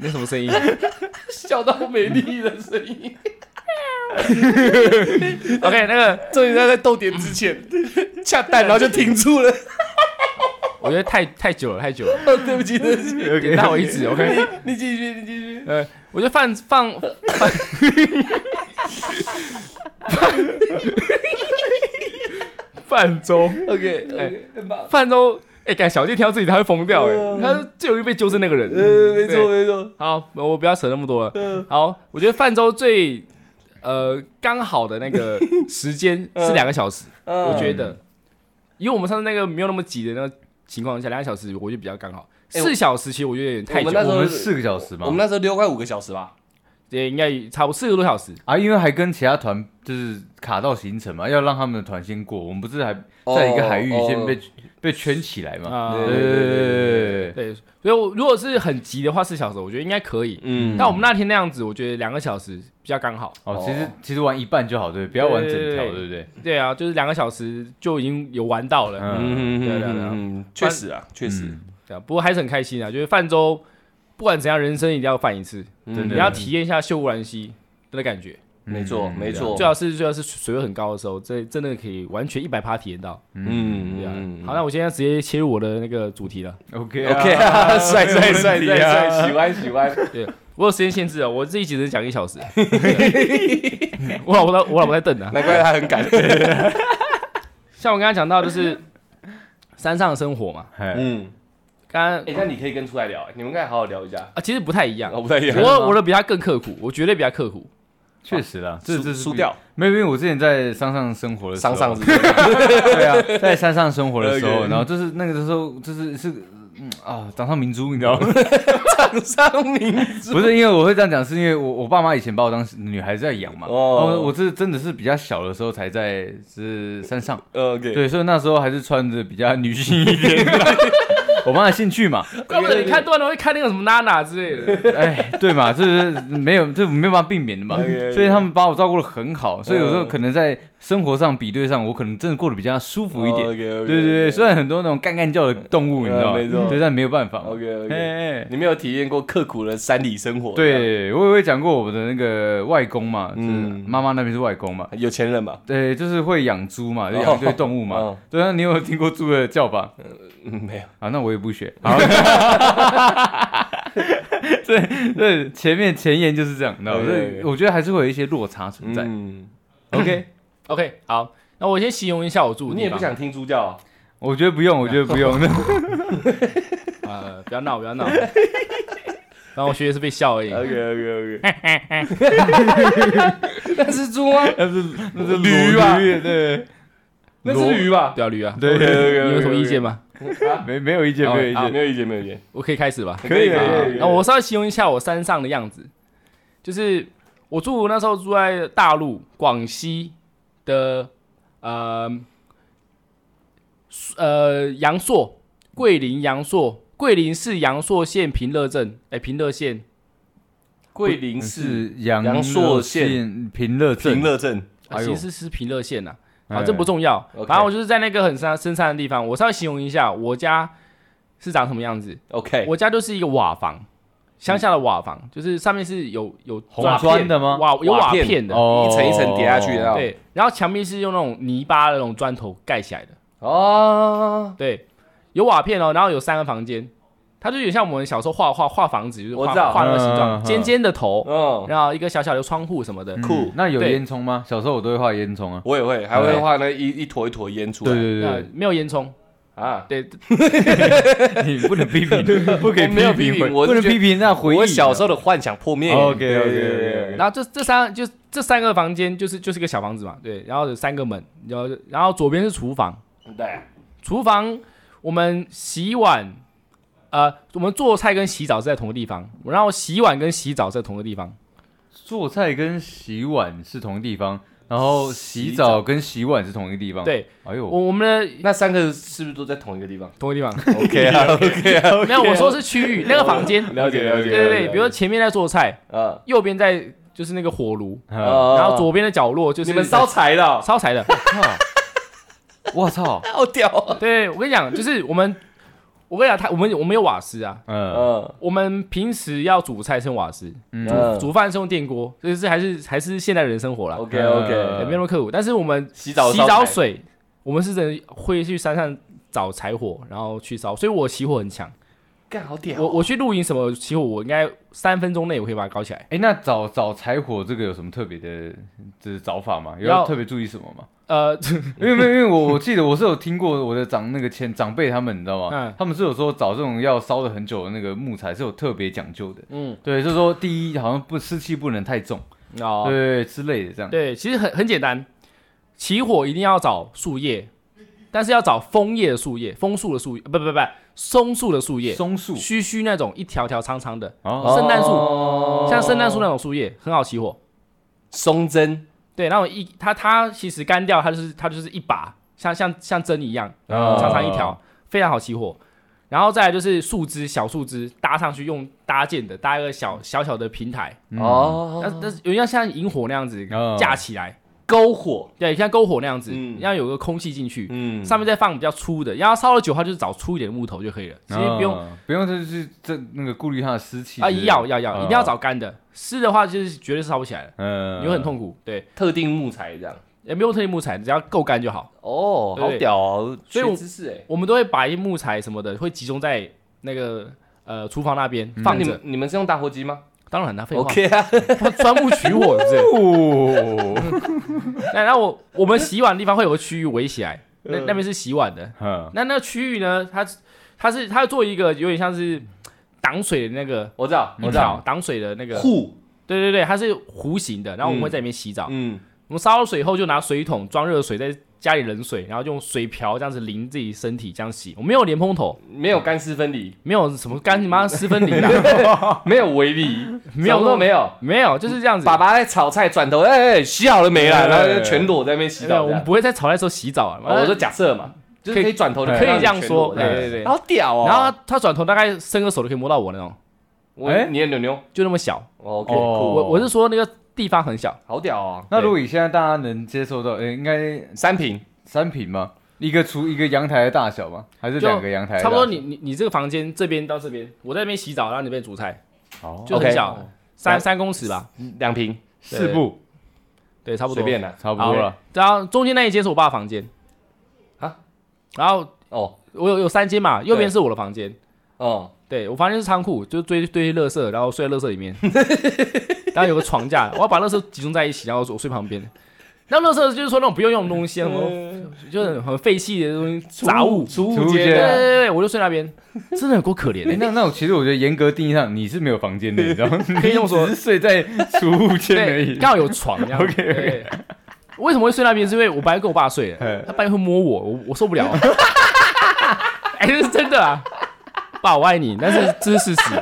Speaker 3: 没什 么声音。
Speaker 1: 笑到没力的声音。
Speaker 3: OK，那个
Speaker 1: 终于在在逗点之前恰蛋，然后就停住了。
Speaker 3: 我觉得太太久了，太久了，
Speaker 1: 哦，对不起， 对不起。
Speaker 2: OK
Speaker 3: 那我一 直 OK。
Speaker 1: 你继续，你继续。
Speaker 3: 呃，我就放放放泛舟，
Speaker 1: OK，
Speaker 3: OK，
Speaker 1: 哎很棒。
Speaker 3: 泛舟，哎、敢小弟听到自己他会疯掉哎、
Speaker 1: 对啊
Speaker 3: 他是最容易被纠正那个人。
Speaker 1: 呃，没错，没
Speaker 3: 对
Speaker 1: 错。
Speaker 3: 好，我不要扯那么多了。
Speaker 1: 嗯
Speaker 3: 好，我觉得泛舟最呃刚好的那个时 间是两个小时，
Speaker 1: 嗯
Speaker 3: 我觉得，因为我们上次那个没有那么挤的那个情况下，两个小时我觉得比较刚好。
Speaker 1: 哎我
Speaker 3: 四小时其实我觉得有点太
Speaker 1: 我
Speaker 3: 久
Speaker 1: 们那时
Speaker 3: 了，
Speaker 1: 候
Speaker 2: 我们四个小时嘛
Speaker 1: 我，们那时候溜快五个小时吧。
Speaker 3: 也应该差不多四个多小时。
Speaker 2: 啊，因为还跟其他团就是卡到行程嘛，要让他们的团先过，我们不是还
Speaker 1: 哦
Speaker 2: 在一个海域
Speaker 1: 哦
Speaker 2: 先被被圈起来嘛？
Speaker 3: 啊
Speaker 1: 对
Speaker 2: 对对对对对，
Speaker 3: 对，所以我如果是很急的话，四小时我觉得应该可以。
Speaker 1: 嗯
Speaker 3: 但我们那天那样子，我觉得两个小时比较刚好。
Speaker 2: 哦，其实其实玩一半就好，对，不要玩整条，
Speaker 3: 对对对
Speaker 2: 对不对？
Speaker 3: 对啊，就是两个小时就已经有玩到了。
Speaker 2: 嗯
Speaker 1: 嗯
Speaker 3: 对对对
Speaker 1: 嗯，确实啊，确实。
Speaker 2: 嗯
Speaker 3: 对啊，不过还是很开心啊，就是泛舟，不管怎样，人生一定要泛一次，
Speaker 1: 真
Speaker 2: 真
Speaker 1: 的
Speaker 3: 你
Speaker 2: 的
Speaker 3: 要体验一下秀乌兰溪的感觉。
Speaker 1: 没错，
Speaker 2: 嗯
Speaker 1: 没错
Speaker 3: 最。好是最好是水位很高的时候，这真的可以完全一百趴体验到。
Speaker 1: 嗯
Speaker 3: 对啊，好，
Speaker 1: 好
Speaker 3: 那我现在直接切入我的那个主题了。
Speaker 2: ，OK 啊
Speaker 1: ，OK 啊，帅
Speaker 2: 没有
Speaker 1: 帅
Speaker 2: 问题
Speaker 1: 帅帅
Speaker 2: 啊
Speaker 1: 帅，喜欢喜欢。
Speaker 3: 对我有时间限制啊，我自己只能讲 一小时。 我老婆在，我老婆在瞪啊。
Speaker 1: 难怪他很敢。
Speaker 3: 像我刚刚讲到， 就是山上的生活嘛，
Speaker 2: 嘿
Speaker 1: 嗯，
Speaker 3: 刚刚
Speaker 1: 哎，那你可以跟出来聊，你们刚才好好聊一下。
Speaker 3: 啊，其实不太一样。
Speaker 1: 哦，不太一样。
Speaker 3: 我我的比他更刻苦，我绝对比他刻苦。
Speaker 2: 确实啦，这
Speaker 1: 输
Speaker 2: 这是
Speaker 1: 啊输
Speaker 2: 比
Speaker 1: 掉，
Speaker 2: 没有，因为我之前在山上生活的时候
Speaker 1: 上上是不是
Speaker 2: 对啊，在山上生活的时候，
Speaker 1: OK
Speaker 2: 然后就是那个时候，就是是嗯啊，掌上明珠，你 知道吗？
Speaker 1: 掌 上明 珠。
Speaker 2: 不是因为我会这样讲，是因为我我爸妈以前把我当女孩子在养嘛。
Speaker 1: 哦
Speaker 2: 哦，然后我这真的是比较小的时候才在是山上，
Speaker 1: 哦 OK，
Speaker 2: 对，所以那时候还是穿着比较女性一点 的。我妈的兴趣嘛，
Speaker 3: 怪不得你看断了会看那个什么娜娜之类 的。
Speaker 2: 哎，对嘛，这是没有这没有办法避免的嘛
Speaker 1: OK，OK，嗯
Speaker 2: 所以他们把我照顾的很好，所以有时候可能在生活上比对上，我可能真的过得比较舒服一点。
Speaker 1: 对
Speaker 2: 对对对，虽然很多那种干干叫的动物，你知
Speaker 1: 哦
Speaker 2: 道
Speaker 1: 呃没错
Speaker 2: 吗？对，但没有办法嘛。
Speaker 1: OK
Speaker 2: 哎
Speaker 1: OK，
Speaker 2: 哎，哎
Speaker 1: 你没有体验过刻苦的山里生活？，
Speaker 2: 对我也会讲过我的那个外公嘛，嗯
Speaker 1: 嗯，
Speaker 2: 妈妈那边是外公嘛，
Speaker 1: 有钱人嘛，
Speaker 2: 对，就是会养猪嘛，就养一堆动物
Speaker 1: 哦
Speaker 2: 嘛。对啊，你有听过猪的叫法
Speaker 1: 嗯，没有，
Speaker 2: 啊？那我也不学。好， 对对，前面前言就是这样，那
Speaker 1: 对
Speaker 2: 所
Speaker 1: 对
Speaker 2: 以
Speaker 1: 对
Speaker 2: 我觉得还是会有一些落差存在。
Speaker 1: 哎嗯，
Speaker 2: OK，
Speaker 3: OK，好，那我先形容一下我住的
Speaker 1: 你
Speaker 3: 地
Speaker 1: 也
Speaker 3: 方
Speaker 1: 不想听猪叫啊？
Speaker 2: 我觉得不用，我觉得 不用。
Speaker 3: 呃，不要闹，不要闹。 然后我学的是被笑而已。
Speaker 1: OK OK OK，
Speaker 3: 那是猪啊吗？
Speaker 2: 那是那是
Speaker 1: 驴啊
Speaker 2: 裸
Speaker 1: 吧
Speaker 2: 驴，啊对
Speaker 1: 那是鱼 吧？
Speaker 3: 对啊，驴啊。
Speaker 2: 对
Speaker 1: OK，OK，OK，OK
Speaker 3: 你有什么意见吗？
Speaker 1: 啊
Speaker 2: 没没有意见，
Speaker 3: 好
Speaker 2: 没有意
Speaker 1: 啊
Speaker 2: 见。
Speaker 1: 没有意见，没有意见，
Speaker 3: 我可以开始吧。
Speaker 1: 可以
Speaker 2: 可以
Speaker 1: 可
Speaker 3: 好
Speaker 1: 以可以
Speaker 3: 那我稍微形容一下我山上的样子，就是我住那时候住在大陆广西的呃呃阳朔，桂林阳朔，桂林市阳朔县平乐镇，哎、平乐县
Speaker 1: 桂林市
Speaker 2: 嗯是阳
Speaker 1: 阳朔县
Speaker 2: 县平乐镇
Speaker 1: 平，乐镇，
Speaker 3: 啊
Speaker 2: 哎呦
Speaker 3: 其实是平乐县呐、啊，
Speaker 2: 哎
Speaker 3: 这不重要。
Speaker 1: OK
Speaker 3: 反正我就是在那个很山深山的地方，我稍微形容一下我家是长什么样子。
Speaker 2: 哎
Speaker 1: OK，
Speaker 3: 我家就是一个瓦房，乡下的瓦房，就是上面是有有
Speaker 2: 红
Speaker 3: 瓦
Speaker 2: 砖
Speaker 3: 片
Speaker 2: 的吗
Speaker 3: 瓦有
Speaker 1: 瓦
Speaker 3: 瓦
Speaker 1: 片
Speaker 3: 片的，
Speaker 2: 哦
Speaker 1: 一层一层叠下去的哦
Speaker 3: 对，然后墙壁是用那种泥巴的那种砖头盖起来的，
Speaker 1: 哦，
Speaker 3: 对，有瓦片哦，然后有三个房间，它就有点像我们小时候画画画房子，就是
Speaker 1: 我
Speaker 3: 画
Speaker 1: 知道
Speaker 3: 画那个形
Speaker 2: 嗯嗯
Speaker 3: 状，
Speaker 2: 嗯
Speaker 3: 尖尖的头，
Speaker 1: 嗯，
Speaker 3: 然后一个小小的窗户什么的
Speaker 2: 嗯，
Speaker 1: 酷
Speaker 2: 那有
Speaker 3: 对
Speaker 2: 烟囱吗？小时候我都会画烟囱啊。
Speaker 1: 我也会，还会
Speaker 2: 对
Speaker 1: 画那一一坨一坨烟出来，
Speaker 2: 对对
Speaker 3: 呃
Speaker 2: 对，
Speaker 3: 没有烟囱，
Speaker 1: 啊，
Speaker 3: 对，
Speaker 2: 嗯对你不能批 评，不可以
Speaker 1: 我没有批评
Speaker 2: 评回，
Speaker 1: 我是
Speaker 2: 不能
Speaker 1: 觉得
Speaker 2: 批评那回忆。
Speaker 1: 我小时候的幻想破灭。
Speaker 2: OK，OK，OK，OK
Speaker 1: 对对对对对
Speaker 3: 然后这这三就这三个房间就是就是个小房子嘛，对，然后有三个门，然后然后左边是厨房，
Speaker 1: 对，
Speaker 3: 厨房我们洗碗，呃，我们做菜跟洗澡是在同个地方，然后洗碗跟洗澡是在同个地方，
Speaker 2: 做菜跟洗碗是同一个地方，然后洗澡跟洗碗是同一个地方。，
Speaker 3: 对，
Speaker 2: 哎呦，
Speaker 3: 我我们的
Speaker 1: 哦那三个是不是都在同一个地 方
Speaker 3: 同个地方，
Speaker 1: ？OK 啊，OK 啊，
Speaker 3: 没有，我说是区域 那个房间，
Speaker 1: 了解了解。
Speaker 3: 对对对，比如说前面在做菜，
Speaker 1: 啊，
Speaker 3: 右边在就是那个火炉，
Speaker 2: 啊
Speaker 3: 嗯然后左边的角落就是
Speaker 1: 哦你们烧柴的哦，
Speaker 3: 烧柴的，
Speaker 2: 我操，
Speaker 1: 好屌哦。
Speaker 3: 对我跟你讲，就是我们，我跟你讲，他我们我们有瓦斯啊，
Speaker 2: 嗯，
Speaker 1: 嗯
Speaker 3: 我们平时要煮菜是用瓦斯，
Speaker 2: 嗯
Speaker 1: 嗯
Speaker 3: 煮饭是用电锅，所以是还是还是现代人生活啦，
Speaker 1: ，OK OK，
Speaker 2: 呃
Speaker 3: 也没有那么刻苦。但是我们
Speaker 1: 洗澡
Speaker 3: 洗澡水，我们是真的会去山上找柴火，然后去烧，所以我起火很强。
Speaker 1: 干好
Speaker 2: 哎
Speaker 1: 屌
Speaker 3: 我
Speaker 1: 哦，
Speaker 3: 我去露营什么起火，我应该三分钟内我可以把它搞起来。
Speaker 2: 哎，那找找柴火这个有什么特别的，就是找法吗？有
Speaker 3: 要
Speaker 2: 要特别注意什么吗？
Speaker 3: 呃，
Speaker 2: 因为没有，因为我我记得我是有听过我的长那个前长辈他们，你知道吗？
Speaker 3: 嗯
Speaker 2: 他们是有说找这种要烧的很久的那个木材是有特别讲究的。
Speaker 3: 嗯，
Speaker 2: 对，就是说第一好像不湿气不能太重，
Speaker 3: 哦，
Speaker 2: 对之类的这样。
Speaker 3: 对，其实很很简单，起火一定要找树叶，但是要找枫叶的树叶，枫树的树叶，不不不，松树的树叶，
Speaker 2: 松树
Speaker 3: 须须那种一条条长长的，
Speaker 2: 哦，
Speaker 3: 圣诞树，
Speaker 1: 树
Speaker 3: 像圣诞树那种树叶很好起火。
Speaker 1: 哦松针，
Speaker 3: 对，然后一它它其实干掉，它就是它就是一把，像像像针一样，
Speaker 1: 啊
Speaker 2: 哦
Speaker 3: 长长一条，非常好起火。然后再来就是树枝，小树枝搭上去用搭建的，搭一个小小小的平台，
Speaker 1: 哦
Speaker 3: 嗯但但是有点像像引火那样子
Speaker 2: 嗯哦
Speaker 3: 架起来，
Speaker 1: 啊篝火，
Speaker 3: 对，像篝火那样子
Speaker 1: 嗯，
Speaker 3: 要有个空气进去，
Speaker 1: 嗯，
Speaker 3: 上面再放比较粗的，然后烧了久的话就是找粗一点的木头就可以了，其实不
Speaker 1: 啊
Speaker 3: 用
Speaker 2: 哦不用就是这那个顾虑它的湿气
Speaker 3: 啊，
Speaker 2: 之类的
Speaker 3: 要要要，
Speaker 2: 哦
Speaker 3: 一定要找干的，湿的话就是绝对是烧不起来了，
Speaker 2: 嗯，
Speaker 3: 你会很痛苦，对，
Speaker 1: 特定木材这样。
Speaker 3: 也不用特意木材，只要够干就好。
Speaker 1: 哦，
Speaker 3: 对
Speaker 1: 好屌哦，
Speaker 3: 所以我
Speaker 1: 学知识哎。
Speaker 3: 我们都会把一些木材什么的会集中在那个呃厨房那边放
Speaker 1: 你
Speaker 3: 着。
Speaker 1: 们你们是用打火机吗
Speaker 3: 当然很难废
Speaker 1: 嗯
Speaker 3: 话
Speaker 1: ？OK 啊，
Speaker 3: 他 钻木取火是不是？
Speaker 2: 哦。
Speaker 3: 那然后我我们洗碗的地方会有个区域围起来，那那边是洗碗的。
Speaker 2: 嗯
Speaker 3: 那那个区域呢，它它是它做一个有点像是挡水的那个
Speaker 1: 我知道，
Speaker 3: 一
Speaker 1: 嗯我知道，
Speaker 3: 条挡水的那嗯个，
Speaker 1: 户，
Speaker 3: 对对对，它是弧形的。然后我们会在里面洗澡。
Speaker 1: 嗯，
Speaker 3: 我们烧了水后就拿水桶装热水，再加点冷水，然后用水瓢这样子淋自己身体这样洗。我没有莲蓬头，
Speaker 1: 没有干湿分离，
Speaker 3: 没有什么干你妈湿分离啦，
Speaker 1: 没有围篱，
Speaker 3: 哦 没有
Speaker 1: 什么都没有。
Speaker 3: 没有，就是这样子。
Speaker 1: 爸爸在炒菜，转头哎哎，洗好了没啦？
Speaker 2: 对
Speaker 1: 然后就全裸在那边洗
Speaker 3: 对，
Speaker 1: 澡
Speaker 3: 我
Speaker 1: 这
Speaker 3: 们
Speaker 1: 样。
Speaker 3: 不会在炒菜的时候洗澡啊。
Speaker 1: 哦我说假设嘛，就是可以转头的，
Speaker 3: 可以这样说，对对对。
Speaker 1: 好屌哦。
Speaker 3: 然后他他转头大概伸个手都可以摸到我那种，
Speaker 1: 我
Speaker 2: 哎
Speaker 1: 你的牛牛
Speaker 3: 就那么小。
Speaker 1: ，OK，
Speaker 2: 哦
Speaker 1: 酷
Speaker 3: 我我是说那个地方很小，
Speaker 1: 好屌啊！
Speaker 2: 那如果以现在大家能接受到，诶、应该
Speaker 1: 三平，
Speaker 2: 三平吗？一个厨一个阳台的大小吗？还是
Speaker 3: 就
Speaker 2: 两个阳
Speaker 1: 哎
Speaker 2: 台的大小？
Speaker 3: 差不多你你你这个房间这边到这边，我在那边洗澡，然后你那边煮菜，
Speaker 2: 好
Speaker 3: 就
Speaker 1: 哦
Speaker 3: 很
Speaker 1: OK
Speaker 3: 小，三
Speaker 1: 来
Speaker 3: 三公尺吧，
Speaker 1: 两平，
Speaker 2: 四步，
Speaker 3: 对，差不多
Speaker 1: 随便啦。
Speaker 2: 差不多了。
Speaker 3: 然后中间那一间是我爸的房间
Speaker 1: 啊，
Speaker 3: 然后
Speaker 1: 哦
Speaker 3: 我有有三间嘛，右边是我的房间，
Speaker 1: 哦，
Speaker 3: 对我房间是仓库，就堆堆垃圾，然后睡在垃圾里面， 然后有个床架，我要把垃圾集中在一起，然后我睡旁边。那垃圾就是说那种不用用的东西，什么就是很废弃的东西，杂物。
Speaker 1: 储
Speaker 2: 储
Speaker 1: 物间
Speaker 2: 物
Speaker 3: 对对
Speaker 2: 间
Speaker 3: 对对，我就睡那边，真的有够可怜
Speaker 2: 诶
Speaker 3: 的。
Speaker 2: 那那我其实我觉得严格定义上你是没有房间的，你知道 吗？
Speaker 3: 可以这么说
Speaker 2: 你只是睡在储物间而
Speaker 3: 对，
Speaker 2: 已。
Speaker 3: 刚好有床这样。
Speaker 2: OK，OK
Speaker 3: 对为什么会睡那边？是因为我本来跟我爸睡的
Speaker 2: 嗯，
Speaker 3: 他半夜会摸我，我我受不了。 哎，这是真的啊，爸，我爱你，但是这是事实。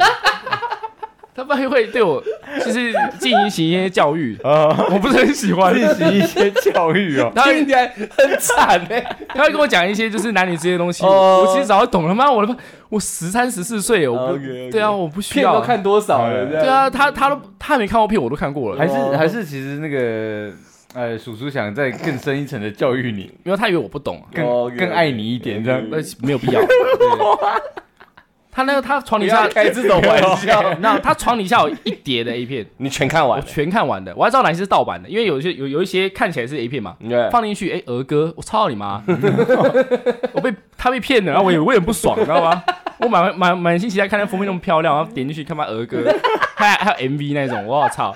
Speaker 3: 他半夜会对我就是进行一些教育，
Speaker 2: 啊，
Speaker 3: 我不是很喜 欢。。
Speaker 2: 进行一些教育哦
Speaker 3: 他
Speaker 1: 听
Speaker 3: 会
Speaker 1: 起来很惨哎。
Speaker 3: 他会跟我讲一些就是男女之间的东西，
Speaker 1: 哦
Speaker 3: 我其实早就懂了。妈，我的我十三十四岁，我不
Speaker 1: OK，OK
Speaker 3: 对啊，我不需
Speaker 1: 片
Speaker 3: 要
Speaker 1: 都
Speaker 3: 啊。
Speaker 1: 看多少了？
Speaker 2: 嗯
Speaker 1: 这
Speaker 3: 对
Speaker 1: 样，
Speaker 3: 啊，他他都他还没看过片，我都看过了。
Speaker 2: 哎还是
Speaker 1: 哦
Speaker 2: 还是，其实那个呃，叔叔想再更深一层的教育你，
Speaker 3: 因为他以为我不懂啊，
Speaker 2: 更
Speaker 1: OK，OK，
Speaker 2: 更爱你一点这样。
Speaker 1: 嗯
Speaker 3: 呃，没有必 要。他那个他床
Speaker 1: 不
Speaker 3: 底
Speaker 1: 要
Speaker 3: 下
Speaker 1: 开这种玩 笑，
Speaker 3: 那他床底下有一叠的 A 片，
Speaker 1: 你全看
Speaker 3: 我
Speaker 1: 完了，
Speaker 3: 全看完的，我还知道哪些是盗版的，因为有一些有有一些看起来是 A 片嘛，
Speaker 1: 对
Speaker 3: 放进去，哎、儿歌，我操你妈！ 我被他被骗了，然后我也我也很不爽，你知道吗？我满满满心期待看那封面那么漂亮，然后点进去看妈儿歌，还有还有 MV 那种，我操！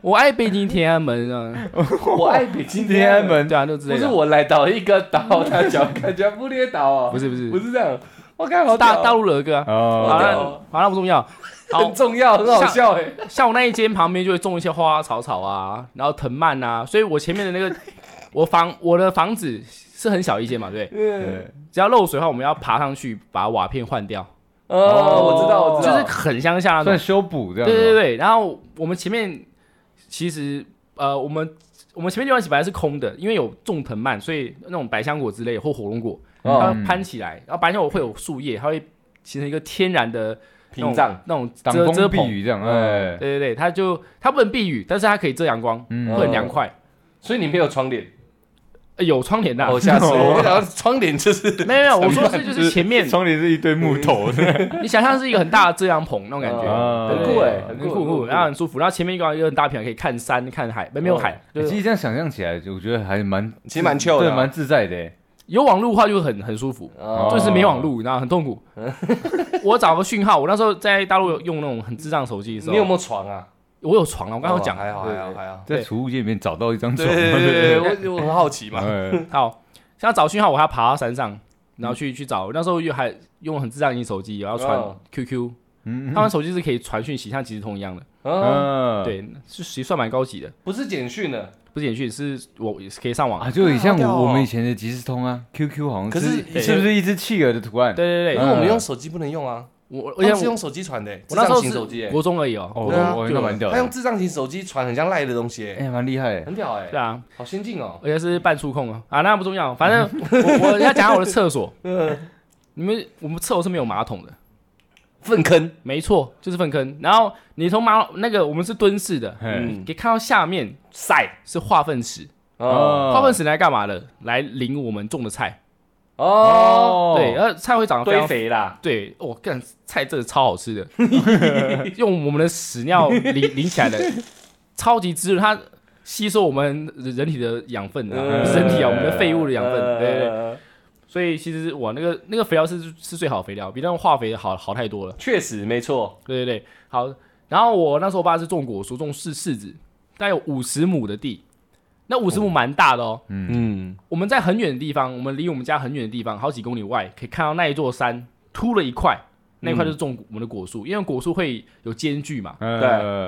Speaker 3: 我爱北京天安门啊，
Speaker 1: 我爱北京
Speaker 2: 天安，门
Speaker 3: 对啊，就之
Speaker 1: 不
Speaker 3: 类
Speaker 1: 是
Speaker 3: 的。
Speaker 1: 我来倒一个倒，他脚感觉不列倒哦，
Speaker 3: 不是不 是
Speaker 1: 不是这样，我看好屌
Speaker 3: 大
Speaker 1: 哦
Speaker 3: 大陆的儿歌啊，好
Speaker 1: 了
Speaker 2: 哦，
Speaker 3: 了好了不重要。好
Speaker 1: 很，重要，很好笑哎，
Speaker 3: 像我那一间旁边就会种一些花花草草啊，然后藤蔓啊，所以我前面的那个我房我的房子是很小一间嘛，对不对，
Speaker 1: 嗯
Speaker 2: 对，
Speaker 3: 只要漏水的话，我们要爬上去把瓦片换掉，
Speaker 1: 哦，我知道我知
Speaker 3: 就
Speaker 1: 道，
Speaker 3: 是很乡下那
Speaker 2: 算
Speaker 3: 种。
Speaker 2: 修补这
Speaker 3: 对
Speaker 2: 样吗。啊
Speaker 3: 对对，然后我们前面其实呃，我们我们前面地板起本来是空的，因为有种藤蔓，所以那种百香果之类或火龙果，
Speaker 1: 哦
Speaker 3: 它会攀起来，然后百香果会有树叶，它会形成一个天然的那种
Speaker 1: 屏障，
Speaker 3: 那种
Speaker 2: 挡
Speaker 3: 遮遮
Speaker 2: 风
Speaker 3: 棚
Speaker 2: 避。雨这样，
Speaker 1: 嗯
Speaker 2: 哎，
Speaker 3: 对对对，它就它不能避雨，但是它可以遮阳光，
Speaker 2: 嗯
Speaker 1: 哦
Speaker 3: 会很凉快。
Speaker 1: 所以你没有窗帘，
Speaker 3: 呃有窗帘的、
Speaker 1: 哦，吓死我，我想要窗帘就是
Speaker 3: 没有没有，我说的 是就是前面，
Speaker 2: 窗帘是一堆木头 的，
Speaker 3: 你想象是一个很大的遮阳棚那种感觉，
Speaker 2: 哦
Speaker 1: 嗯很
Speaker 3: 对
Speaker 1: 酷哎，
Speaker 3: 很
Speaker 1: 很
Speaker 3: 酷
Speaker 1: 酷
Speaker 3: 很酷，然后
Speaker 1: 然
Speaker 3: 很舒服。然后前面一个一个很大平台，可以看山看海，没没有海，就
Speaker 2: 哦哎其
Speaker 3: 是
Speaker 2: 实这样想象起来，我觉得还蛮，
Speaker 1: 其实蛮 chill 的
Speaker 2: 对，
Speaker 1: 啊
Speaker 2: 蛮自在的。
Speaker 3: 有网路的话就很很舒服，
Speaker 1: 后
Speaker 2: 哦
Speaker 3: 就是没网路，然后很痛 苦。我找个讯号，我那时候在大陆有用那种很智障手机的时
Speaker 1: 你有
Speaker 3: 候，
Speaker 1: 没有床啊？
Speaker 3: 我有床啊，我刚刚有讲，
Speaker 1: 哦还好
Speaker 3: 对
Speaker 1: 还好还好，
Speaker 2: 在
Speaker 3: 对
Speaker 2: 储物间里面找到一张
Speaker 1: 对
Speaker 2: 床，
Speaker 1: 对对对对，我我很好 奇嘛，
Speaker 2: 哎
Speaker 3: 好，想要找讯号，我还要爬到山
Speaker 2: 嗯
Speaker 3: 上，然后去去找。那时候又还用很智障型手机，然后传
Speaker 1: 嗯
Speaker 3: QQ，
Speaker 2: 嗯
Speaker 3: 他们手机是可以传讯息，像即时通一样的，
Speaker 1: 嗯，
Speaker 2: 嗯，
Speaker 3: 对，是其实算蛮高级的。
Speaker 1: 不是简讯的，
Speaker 3: 不是简讯，是我也是可以上网。
Speaker 2: 啊，就很像
Speaker 1: 好屌哦
Speaker 2: 我我们以前的即时通啊，QQ 好像
Speaker 1: 可是
Speaker 2: 是是不是一只企鹅的图案？
Speaker 3: 对对
Speaker 1: 因
Speaker 3: 对，
Speaker 1: 为
Speaker 2: 嗯
Speaker 1: 我们用手机不能用啊，
Speaker 3: 我而
Speaker 1: 而
Speaker 3: 且
Speaker 1: 且是
Speaker 3: 我
Speaker 1: 用手机传的欸，
Speaker 3: 我那时候
Speaker 1: 智障型手机
Speaker 3: 是
Speaker 1: 欸，
Speaker 3: 国中而已哦。
Speaker 2: 哦，
Speaker 1: 对啊
Speaker 2: 我
Speaker 3: 就
Speaker 2: 那蛮屌
Speaker 1: 他用
Speaker 2: 的，
Speaker 1: 智障型手机传很像赖的东西欸，
Speaker 2: 哎，蛮厉害的。
Speaker 1: 很屌哎
Speaker 3: 对，啊，
Speaker 1: 好先进哦，
Speaker 3: 而且是半触控哦。啊，那不重要，反正我 我要讲下我的厕所。
Speaker 2: 嗯
Speaker 3: 你们我们厕所是没有马桶的，
Speaker 1: 粪坑，
Speaker 3: 没错，就是粪坑。然后你从马那个我们是蹲式的，
Speaker 2: 嗯，
Speaker 1: 嗯
Speaker 3: 你可以看到下面晒是化粪池，
Speaker 1: 哦
Speaker 3: 化粪池来干嘛的？来淋我们种的菜。
Speaker 1: 哦，
Speaker 3: 对，然后菜会长得非
Speaker 1: 堆
Speaker 3: 常
Speaker 1: 肥啦，
Speaker 3: 对，我、干菜真的超好吃的， 用我们的屎尿淋淋起来的，超级滋润，它吸收我们人人体的养分啊，
Speaker 1: 嗯
Speaker 3: 不是人体啊，我们的废物的养分，对对对。
Speaker 1: 对，
Speaker 3: 所以其实我那个那个肥料是是最好的肥料，比那种化肥好好太多了。
Speaker 1: 确实没错，
Speaker 3: 对对对，好。然后我那时候我爸是种果蔬，种柿柿子，大概有五十亩的地，那五十亩蛮大的哦。
Speaker 1: 嗯，
Speaker 3: 我们在很远的地方，我们离我们家很远的地方，好几公里外，可以看到那一座山秃了一块，
Speaker 1: 嗯
Speaker 3: 那一块就是种我们的果树，因为果树会有间距嘛，
Speaker 2: 哎
Speaker 1: 嗯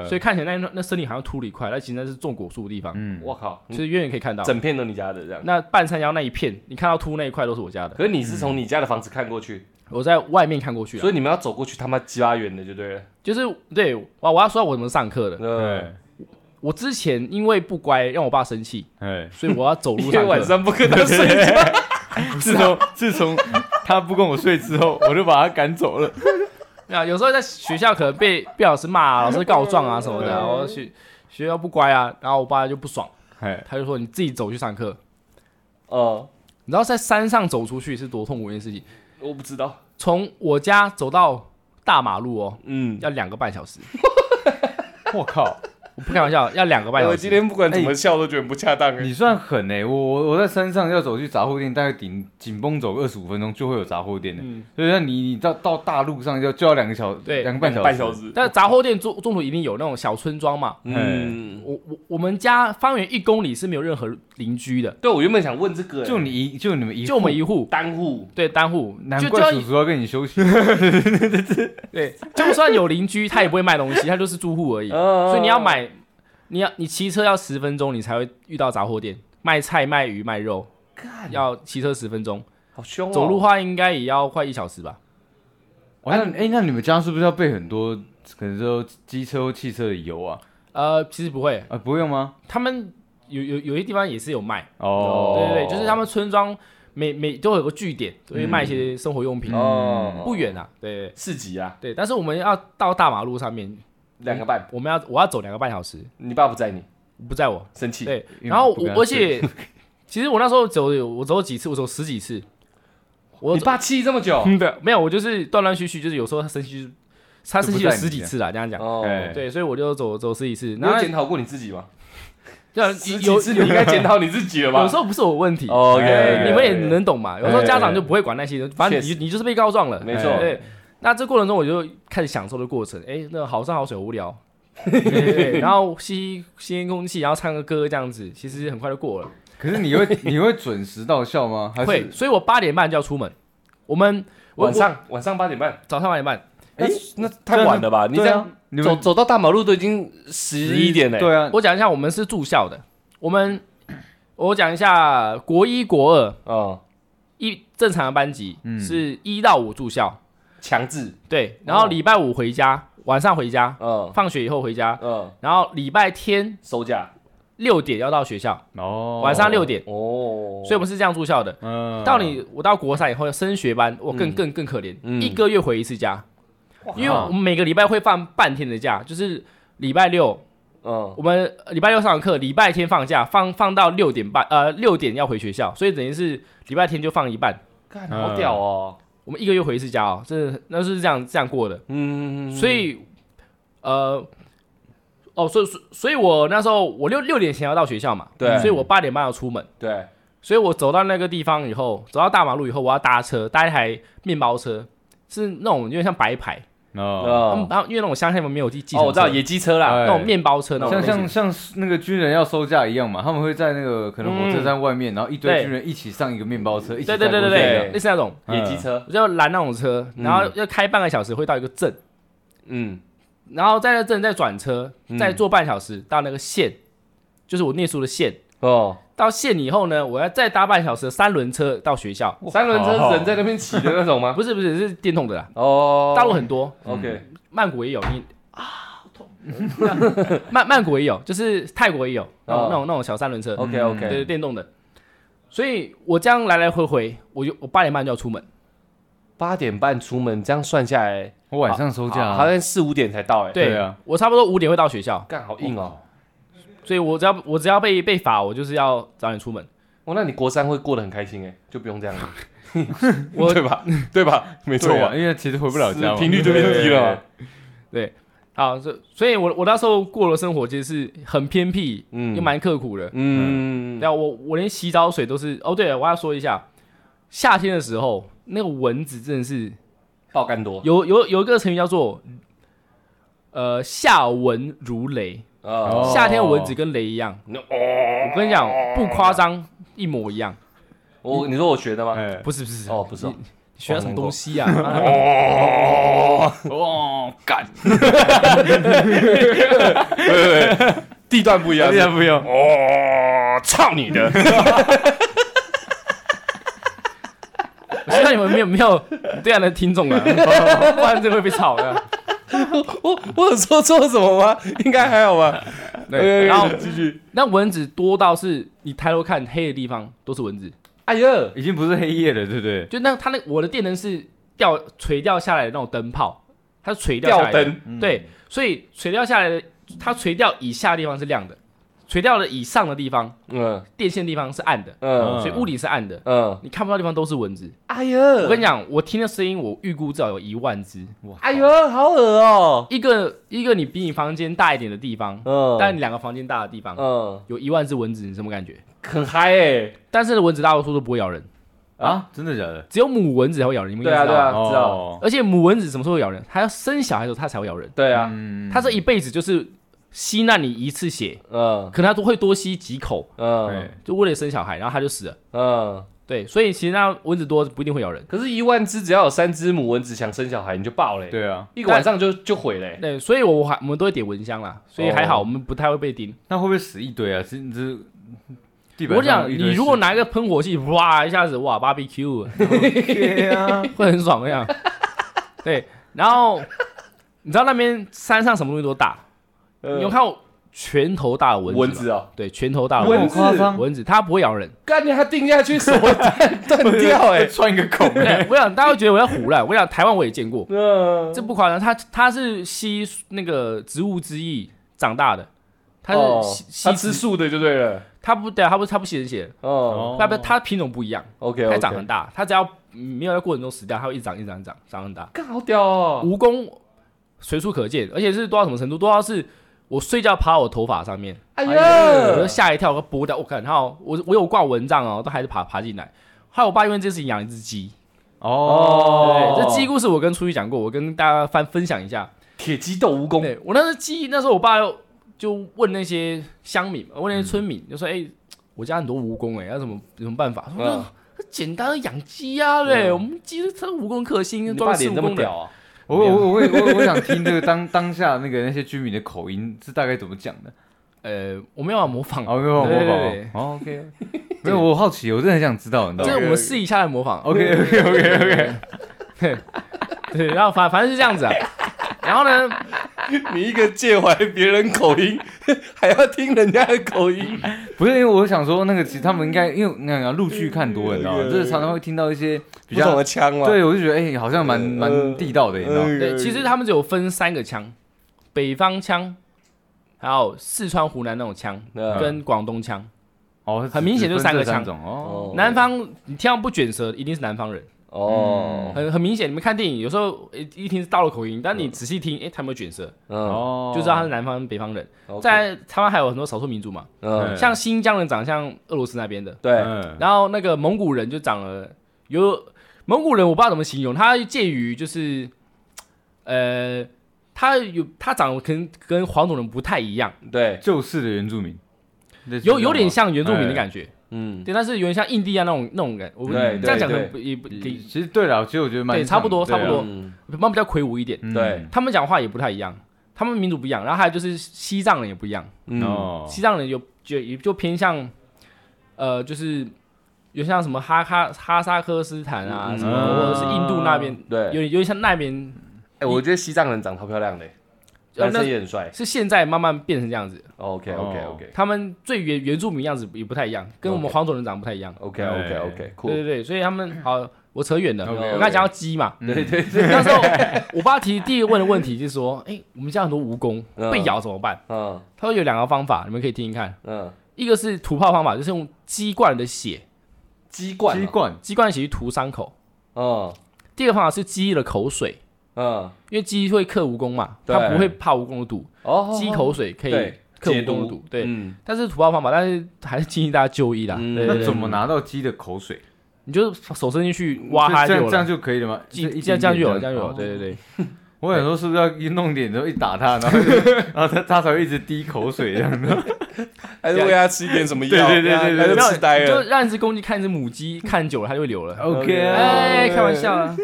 Speaker 2: 对
Speaker 3: 所以看起来那那森林好像秃了一块，那其实那是种果树的地方，
Speaker 2: 嗯，
Speaker 1: 我靠，
Speaker 3: 其实远远可以看到。
Speaker 1: 整片都你家的这样，
Speaker 3: 那半山腰那一片，你看到秃那一块都是我家的，
Speaker 1: 可是你是从你家的房子看过去，
Speaker 3: 我在外面看过去啊，
Speaker 1: 所以你们要走过去他妈鸡巴远的就对了，
Speaker 3: 就是对，哇，我要说我怎么上课的。
Speaker 1: 对，
Speaker 2: 哎
Speaker 3: 我之前因为不乖让我爸生气，
Speaker 2: 哎，
Speaker 3: 所以我要走路
Speaker 1: 因
Speaker 3: 上
Speaker 1: 为晚
Speaker 3: 课。
Speaker 1: 上不可能睡觉，
Speaker 2: 自
Speaker 3: 啊
Speaker 2: 从自从他不跟我睡之后，我就把他赶走了。
Speaker 3: 啊，有时候在学校可能被被老师骂、啊、老师告状啊什么的啊，我要去学校不乖啊，然后我爸就不爽，
Speaker 2: 哎，
Speaker 3: 他就说你自己走去上课。
Speaker 1: 哦，
Speaker 3: 你知道在山上走出去是多痛苦一件事情，
Speaker 1: 我不知道，
Speaker 3: 从我家走到大马路哦，
Speaker 1: 嗯，
Speaker 3: 要两个半小时，
Speaker 2: 我靠，
Speaker 3: 我不开玩 笑，要两个半小
Speaker 1: 我
Speaker 3: 时。
Speaker 1: 今天不管怎么笑都觉得不恰当哎，
Speaker 2: 你算狠哎、我我我在山上要走去杂货店，大概顶紧绷走二十五分钟就会有杂货店的、
Speaker 3: 嗯
Speaker 2: 所以那你你到到大路上要就要两个小
Speaker 3: 对
Speaker 2: 两个半小时，
Speaker 1: 半小时，
Speaker 3: 但杂货店中中途一定有那种小村庄嘛。
Speaker 1: 嗯，
Speaker 3: 我我我们家方圆一公里是没有任何邻居的，
Speaker 1: 对我原本想问这个欸，
Speaker 2: 就你一就你们一
Speaker 3: 就我们一
Speaker 2: 户，
Speaker 3: 户，
Speaker 1: 单户，
Speaker 3: 对单户，
Speaker 2: 难
Speaker 3: 就就
Speaker 2: 怪
Speaker 3: 要
Speaker 2: 叔叔要跟你休息，
Speaker 3: 对，就算有邻居，他也不会卖东西，他就是住户而已。
Speaker 2: 呃
Speaker 1: 嗯
Speaker 3: 所以你要，买，你要你骑车要十分钟，你才会遇到杂货店卖菜、卖鱼、卖肉，
Speaker 1: 干
Speaker 3: 要骑车十分钟。
Speaker 1: 好凶哦，
Speaker 3: 走路的话应该也要快一小时吧？
Speaker 2: 哇，那哎、那你们家是不是要备很多，可能说机车或汽车的油啊？
Speaker 3: 呃，其实不会，
Speaker 2: 啊，不用吗？
Speaker 3: 他们有有有些地方也是有卖，
Speaker 2: 哦，嗯
Speaker 3: 对对对，就是他们村庄每每都有个据点，都会卖一些生活用品，
Speaker 1: 哦，
Speaker 3: 不远啊，对对
Speaker 1: 四级啊，
Speaker 3: 对。但是我们要到大马路上面，
Speaker 1: 两个半，
Speaker 3: 我们要我要走两个半小时，
Speaker 1: 你爸不在你
Speaker 3: 不在我，
Speaker 1: 生气，
Speaker 3: 对，
Speaker 2: 因为
Speaker 3: 然后
Speaker 2: 不跟他
Speaker 3: 我而且其实我那时候走有我走几次，我走十几次，我
Speaker 1: 你爸气这么久，
Speaker 3: 嗯对，没有，我就是断断续续，就是有时候他生气，他生气
Speaker 2: 就不在
Speaker 3: 了
Speaker 2: 你
Speaker 3: 十几次啦，这样讲。
Speaker 1: 哦，
Speaker 2: 哎
Speaker 3: 对，所以我就走走十几次，
Speaker 1: 你
Speaker 3: 那
Speaker 1: 有检讨过你自己吗？
Speaker 3: 有
Speaker 1: 十
Speaker 3: 有
Speaker 1: 几次你应该检讨你自己了吧？
Speaker 3: 有时候不是我问题，
Speaker 1: 哦，OK，
Speaker 3: 对
Speaker 1: OK，OK，
Speaker 3: 你们也能懂嘛？有时候家长就不会管那些，反正
Speaker 1: 哎确
Speaker 3: 你
Speaker 1: 实
Speaker 3: 你就是被告状了，哎
Speaker 1: 没
Speaker 2: 错
Speaker 3: 对，那这过程中我就开始享受的过程，哎，那好山好水 无聊，对对对然后吸吸烟空气，然后唱个歌这样子，其实很快就过了。
Speaker 2: 可是你会你会准时到校吗？还
Speaker 3: 会，
Speaker 2: 是
Speaker 3: 所以我八点半就要出门。我们我
Speaker 1: 晚上晚上八点半，
Speaker 3: 我早上八点半，
Speaker 1: 哎，那太晚了吧？你这
Speaker 2: 对啊
Speaker 1: 样
Speaker 2: 你
Speaker 1: 走
Speaker 2: 们
Speaker 1: 走到大马路都已经十一点了，
Speaker 2: 对啊，
Speaker 3: 我讲一下我们是住校的。我们我讲一下国一、国二
Speaker 1: 哦，
Speaker 3: 一正常的班级、
Speaker 2: 嗯
Speaker 3: 是一到五住校，
Speaker 1: 强制，
Speaker 3: 对，然后
Speaker 1: 哦
Speaker 3: 礼拜五回家，晚上回家，
Speaker 1: 嗯
Speaker 3: 放学以后回家，
Speaker 1: 嗯，
Speaker 3: 然后礼拜天
Speaker 1: 收假，
Speaker 3: 六点要到学校，
Speaker 2: 哦，
Speaker 3: 晚上六点，
Speaker 1: 哦，
Speaker 3: 所以我们是这样住校的。
Speaker 2: 嗯，
Speaker 3: 到你我到国三以后升学班，我更
Speaker 1: 嗯
Speaker 3: 更更可怜，
Speaker 1: 嗯
Speaker 3: 一个月回一次家，
Speaker 1: 哇
Speaker 3: 因为我们每个礼拜会放半天的假，就是礼拜六
Speaker 1: 嗯
Speaker 3: 我们礼拜六上课，礼拜天放假，放放到六点半，呃，六点要回学校，所以等于是礼拜天就放一半。
Speaker 1: 干好屌哦，
Speaker 3: 我们一个月回一次家哦，这那是这样这样过的，
Speaker 1: 嗯，
Speaker 3: 所以，呃，哦，所以所以所以我那时候我六六点前要到学校嘛，
Speaker 1: 对
Speaker 3: 所以我八点半要出门，
Speaker 1: 对，
Speaker 3: 所以我走到那个地方以后，走到大马路以后，我要搭车，搭一台面包车，是那种有点像白牌，
Speaker 2: 哦，
Speaker 1: 嗯，
Speaker 3: 然后因为那种乡下们没有计计
Speaker 1: 哦，
Speaker 3: 程
Speaker 1: 我知道
Speaker 3: 车
Speaker 1: 野鸡车啦，
Speaker 2: 哎
Speaker 3: 那种面包车那
Speaker 2: 像
Speaker 3: 种类型
Speaker 2: 像像那个军人要收假一样嘛，他们会在那个可能火车站外面，然后一堆
Speaker 3: 对
Speaker 2: 军人一起上一个面包车，一起
Speaker 3: 对对对
Speaker 2: 载过
Speaker 3: 对
Speaker 2: 去
Speaker 3: 对，
Speaker 2: 一样
Speaker 3: 类似那种。
Speaker 2: 嗯
Speaker 1: 野鸡车，
Speaker 3: 我就要拦那种车，
Speaker 1: 嗯
Speaker 3: 然后要开半个小时会到一个镇，
Speaker 1: 嗯，
Speaker 3: 然后在那镇再转车，
Speaker 1: 嗯
Speaker 3: 再坐半小时到那个县，就是我念书的县。
Speaker 1: 哦，
Speaker 3: 到县以后呢，我要再搭半小时的三轮车到学校，啊
Speaker 1: 三轮车人在那边骑的那种吗？
Speaker 3: 不是不是是电动的啦，
Speaker 1: 哦，
Speaker 3: 大陆很嗯多，
Speaker 1: OK，
Speaker 3: 曼谷也有你。啊，好痛！ 曼曼谷也有，就是泰国也有那种
Speaker 1: 哦
Speaker 3: 那种那种小三轮车，
Speaker 1: OK
Speaker 3: 对嗯对，
Speaker 1: OK，
Speaker 3: 电动的。所以我这样来来回回，我就我八点半就要出门，
Speaker 1: 八点半出门，这样算下来，
Speaker 2: 我晚上收假啊，
Speaker 1: 好像四五点才到，哎，
Speaker 2: 对啊
Speaker 3: 我差不多五点会到学校，
Speaker 1: 干好硬哦，
Speaker 3: 所以我只要我只要被被罚，我就是要早点出门。
Speaker 1: 哦，那你国三会过得很开心哎，就不用这样了，
Speaker 3: 我
Speaker 1: 对吧？对吧？没错
Speaker 2: 对
Speaker 1: 吧
Speaker 2: 啊，？因为其实回不了家嘛，
Speaker 1: 频率就变低了嘛。
Speaker 3: 对，好，所以所以我我那时候过的生活其实是很偏僻，
Speaker 1: 嗯
Speaker 3: 又蛮刻苦的。
Speaker 1: 嗯，
Speaker 3: 然后我我连洗澡水都是哦，对了，我要说一下，夏天的时候那个蚊子真的是
Speaker 1: 爆肝多
Speaker 3: 有有有一个成语叫做呃夏蚊如雷，
Speaker 1: 啊，
Speaker 3: 夏天的蚊子跟雷一样。
Speaker 1: 哦
Speaker 3: 我跟你讲，不夸张，一模一样。
Speaker 1: 我你说我学的吗？
Speaker 2: 哎，
Speaker 3: 不是不是，
Speaker 1: 哦，不是哦，
Speaker 3: 你学了什么东 西啊？
Speaker 2: 哦，干，
Speaker 1: 地段不一样
Speaker 2: 现。在不用，
Speaker 1: 哦，操你的！
Speaker 3: 我希望你们没有没有这样的听 众啊，不然这会被炒的。
Speaker 1: 我我有说错什么吗？应该还好 吧。
Speaker 3: 对，然后
Speaker 1: 继续。
Speaker 3: 那蚊子多到是你抬头看黑的地方都是蚊子，
Speaker 1: 哎呀，
Speaker 2: 已经不是黑夜了，对不对？
Speaker 3: 就那它那我的电灯是掉垂掉下来的那种灯泡，它是垂掉下
Speaker 1: 吊
Speaker 3: 来的，
Speaker 1: 灯
Speaker 3: 对，所以垂掉下来的它垂钓以下的地方是亮的，垂钓的以上的地方，
Speaker 1: 嗯
Speaker 3: 电线的地方是暗的，
Speaker 1: 嗯
Speaker 2: 嗯
Speaker 3: 所以屋里是暗的，
Speaker 1: 嗯，
Speaker 3: 你看不到的地方都是蚊子。
Speaker 1: 哎呦，
Speaker 3: 我跟你讲，我听的声音，我预估至少有一万只。
Speaker 1: 哎呦，好恶哦、
Speaker 3: 一个一个你比你房间大一点的地方，
Speaker 1: 嗯，
Speaker 3: 但你两个房间大的地方，
Speaker 1: 嗯，
Speaker 3: 有一万只蚊子，你什么感觉？
Speaker 1: 很嗨哎、
Speaker 3: 但是蚊子大多数都不会咬人，
Speaker 2: 啊，真的假的？
Speaker 3: 只有母蚊子才会咬人。你们
Speaker 1: 对
Speaker 3: 应该
Speaker 1: 啊
Speaker 3: 知道
Speaker 1: 对啊，
Speaker 3: 吧，
Speaker 1: 知道，
Speaker 2: 哦，
Speaker 3: 而且母蚊子什么时候会咬人？它要生小孩的时候它才会咬人。
Speaker 1: 对啊，
Speaker 2: 嗯
Speaker 3: 它这一辈子就是吸那你一次血，
Speaker 1: 嗯
Speaker 3: 可能它都会多吸几口，
Speaker 1: 嗯
Speaker 2: 对
Speaker 3: 就为了生小孩，然后它就死了。
Speaker 1: 嗯，
Speaker 3: 对，所以其实那蚊子多不一定会咬人。
Speaker 1: 可是，一万只只要有三只母蚊子想生小孩，你就爆嘞、
Speaker 2: 对啊，
Speaker 1: 一个晚上就就毁嘞、
Speaker 3: 对，所以我我还我们都会点蚊香啦，所以还好
Speaker 1: 哦
Speaker 3: 我们不太会被叮。
Speaker 2: 那会不会死一堆啊？这这地板
Speaker 3: 我讲
Speaker 2: 上一堆
Speaker 3: 你如果
Speaker 2: 死
Speaker 3: 拿一个喷火器，哇一下子哇 barbecue，
Speaker 2: 对啊，
Speaker 3: 会很爽那样。对，然后你知道那边山上什么东西都大，
Speaker 1: 嗯
Speaker 3: 你有看过拳头大的蚊子吗
Speaker 1: 蚊子哦、
Speaker 3: 对，拳头大的
Speaker 1: 蚊
Speaker 3: 蚊
Speaker 1: 子
Speaker 3: 子，
Speaker 2: 夸张
Speaker 3: 蚊子它不会 咬人。
Speaker 1: 干它定下 去手断断掉哎、
Speaker 2: 穿一个孔欸，
Speaker 3: 对，我想大家会觉得我在胡乱，我想台湾我也见过，
Speaker 1: 嗯，
Speaker 3: 这不夸张，它它是吸那个植物汁液长大的，它是
Speaker 1: 哦
Speaker 3: 吸吸
Speaker 1: 它
Speaker 3: 植
Speaker 1: 吃素的就对了，
Speaker 3: 它不对啊，它不它不吸人血，
Speaker 1: 哦
Speaker 2: 哦
Speaker 3: 它不它品种不一样，
Speaker 1: ，OK，
Speaker 3: 它长很大，它只要嗯没有在过程中死掉，它会一直长一直长一直长长很大。
Speaker 1: 干好屌哦、
Speaker 3: 蜈蚣随处可见，而且是多到什么程度？多到是我睡觉爬我头发上面，
Speaker 1: 哎
Speaker 3: 我就
Speaker 1: 呀，
Speaker 3: 吓一跳，我拨掉，我看，然后我我有挂蚊帐哦，都还是爬爬进来。后来我爸因为这事情养了一只鸡，
Speaker 1: 哦
Speaker 2: 哦
Speaker 3: 对，这鸡故事我跟初一讲过，我跟大家分分享一下。
Speaker 1: 铁鸡斗蜈蚣，
Speaker 3: 对我那只鸡，那时候我爸就问那些乡民，问那些村
Speaker 1: 嗯
Speaker 3: 民，就说：“哎、我家很多蜈蚣、哎，要怎么有什么办法？”我说
Speaker 1: 嗯：“
Speaker 3: 那简单的养鸡啊，对，
Speaker 1: 嗯
Speaker 3: 我们鸡它蜈蚣克星，
Speaker 1: 你
Speaker 3: 专
Speaker 1: 爸
Speaker 3: 门吃
Speaker 1: 脸
Speaker 3: 蜈
Speaker 1: 这么
Speaker 3: 蚣
Speaker 1: 屌
Speaker 3: 的。
Speaker 1: 啊？
Speaker 2: 我我我我我想听这个当 当下那个那些居民的口音是大概怎么讲的？”
Speaker 3: 呃，我没有要模仿，
Speaker 2: 哦，没有，
Speaker 3: 对对对
Speaker 2: 我
Speaker 3: 对
Speaker 2: 宝哦，OK，没 有，我好奇，我真的很想知道，你知
Speaker 3: 这
Speaker 2: 道
Speaker 3: 是
Speaker 2: 吗
Speaker 3: 我们私底下的模仿。
Speaker 1: 哦
Speaker 2: ？OK OK OK OK，
Speaker 3: 对，然后反反正是这样子啊。 然后呢，
Speaker 1: 你一个介怀别人口音，还要听人家的口音，
Speaker 2: 不是因为我想说那个，其实他们应该因为那个陆续看多了，你知
Speaker 3: 嗯
Speaker 2: 道吗？就是常常会听到一些比
Speaker 1: 不同
Speaker 2: 较
Speaker 1: 的，枪嘛。
Speaker 2: 对我就觉得哎，好像蛮
Speaker 1: 嗯
Speaker 2: 蛮地道的，你知道吗？
Speaker 3: 对，其实他们只有分三个腔，北方腔，还有四川、湖南那种腔，
Speaker 1: 嗯
Speaker 3: 跟广东腔。
Speaker 2: 哦，
Speaker 3: 很明显就
Speaker 2: 只分
Speaker 3: 三个
Speaker 2: 这三
Speaker 3: 腔
Speaker 2: 种哦，
Speaker 1: 哦
Speaker 3: 南方你听到不卷舌，一定是南方人，
Speaker 1: 哦，
Speaker 3: 很很明显。你们看电影有时候诶一听是大陆口音，但你仔细听，哎，他有没有卷舌，
Speaker 1: 嗯，
Speaker 2: 哦，
Speaker 3: 就知道他是南方北方人。
Speaker 1: 哦 OK，
Speaker 3: 在台湾还有很多少数民族嘛，
Speaker 1: 嗯，
Speaker 2: 嗯
Speaker 3: 像新疆人长得像俄罗斯那边的，
Speaker 1: 对，
Speaker 2: 嗯，
Speaker 3: 然后那个蒙古人就长了有蒙古人，我不知道怎么形容，他介于就是，呃，他有他长得可能跟黄种人不太一样，
Speaker 1: 对，
Speaker 2: 旧式的原住民，类似
Speaker 3: 有
Speaker 2: 这
Speaker 3: 有
Speaker 2: 种
Speaker 3: 点
Speaker 2: 吗
Speaker 3: 像原住民的感觉，
Speaker 1: 嗯，
Speaker 3: 对，但是有点像印第安那种那种感，我们
Speaker 1: 对
Speaker 3: 这样讲可
Speaker 1: 对
Speaker 3: 能不也不
Speaker 2: 其
Speaker 3: 也
Speaker 2: 其实对了，其实我觉得蛮
Speaker 3: 对差不多
Speaker 2: 像的啊
Speaker 3: 差不多
Speaker 1: 嗯
Speaker 3: 他们比较魁梧一点，
Speaker 2: 嗯
Speaker 1: 对，
Speaker 3: 他们讲话也不太一样，他们民族不一样，然后还有就是西藏人也不一样，
Speaker 2: 嗯
Speaker 1: 嗯，
Speaker 2: 哦，
Speaker 3: 西藏人有就也就偏向，呃，就是有像什么哈哈哈萨克斯坦啊
Speaker 1: 嗯哦
Speaker 3: 什么，或者是印度那边。有
Speaker 1: 对。
Speaker 3: 点有点像那边
Speaker 1: 哎，我觉得西藏人长超漂亮的，
Speaker 3: 呃
Speaker 1: 男生也很帅。哦
Speaker 3: 是现在慢慢变成这样子，
Speaker 1: OK OK OK
Speaker 3: 他们最原原住民样子也不太一样，跟我们
Speaker 1: OK
Speaker 3: 黄种人长得不太一样。
Speaker 1: OK OK OK，
Speaker 3: 对对
Speaker 1: 酷，
Speaker 3: 对，所以他们好，我扯远了。
Speaker 2: OK，OK
Speaker 3: 我刚才讲到鸡嘛，
Speaker 1: 对对对，
Speaker 3: 那时候我爸提第一个问的问题就是说，哎，我们家很多蜈
Speaker 1: 嗯
Speaker 3: 蚣被咬怎么办？
Speaker 1: 嗯
Speaker 3: 他说有两个方法，你们可以听听看。
Speaker 1: 嗯，
Speaker 3: 一个是土炮方法，就是用鸡冠的血，
Speaker 1: 鸡冠
Speaker 2: 鸡
Speaker 1: 啊，
Speaker 2: 冠，
Speaker 3: 鸡冠的血去涂伤口。
Speaker 1: 嗯
Speaker 3: 第二个方法是鸡的口水，
Speaker 1: 嗯，
Speaker 3: 因为鸡会克蜈蚣嘛，
Speaker 1: 对
Speaker 3: 它不会怕蜈蚣的毒，
Speaker 1: 哦，
Speaker 3: 鸡口水可以
Speaker 1: 对
Speaker 3: 克
Speaker 1: 解
Speaker 3: 蜈蚣
Speaker 1: 毒
Speaker 3: 的毒。对，
Speaker 1: 嗯
Speaker 3: 但是土炮方法，但是还是建议大家就医啦。
Speaker 1: 嗯
Speaker 3: 对对
Speaker 2: 那
Speaker 3: 对
Speaker 2: 怎么拿到鸡的口水？
Speaker 3: 你就手伸进去挖它
Speaker 2: 这
Speaker 3: 就
Speaker 2: 样
Speaker 3: 有
Speaker 2: 这样
Speaker 3: 了。
Speaker 2: 就可以了吗？
Speaker 3: 这
Speaker 2: 一
Speaker 3: 这样这样就有了，
Speaker 2: 点
Speaker 3: 这样就有了，
Speaker 2: 哦
Speaker 3: 对对对，
Speaker 2: 我想说是不是要一弄点，然后一打它，然后就 然后它它才会一直滴口水这样子。
Speaker 1: 还是喂它吃一点什么药，
Speaker 2: 对对对对对
Speaker 1: 它就
Speaker 3: 没有
Speaker 1: 痴呆
Speaker 3: 你就
Speaker 1: 了。
Speaker 3: 让一只公鸡看一只母鸡，看久了它就会流了。
Speaker 1: OK
Speaker 3: 哎，开玩笑啊！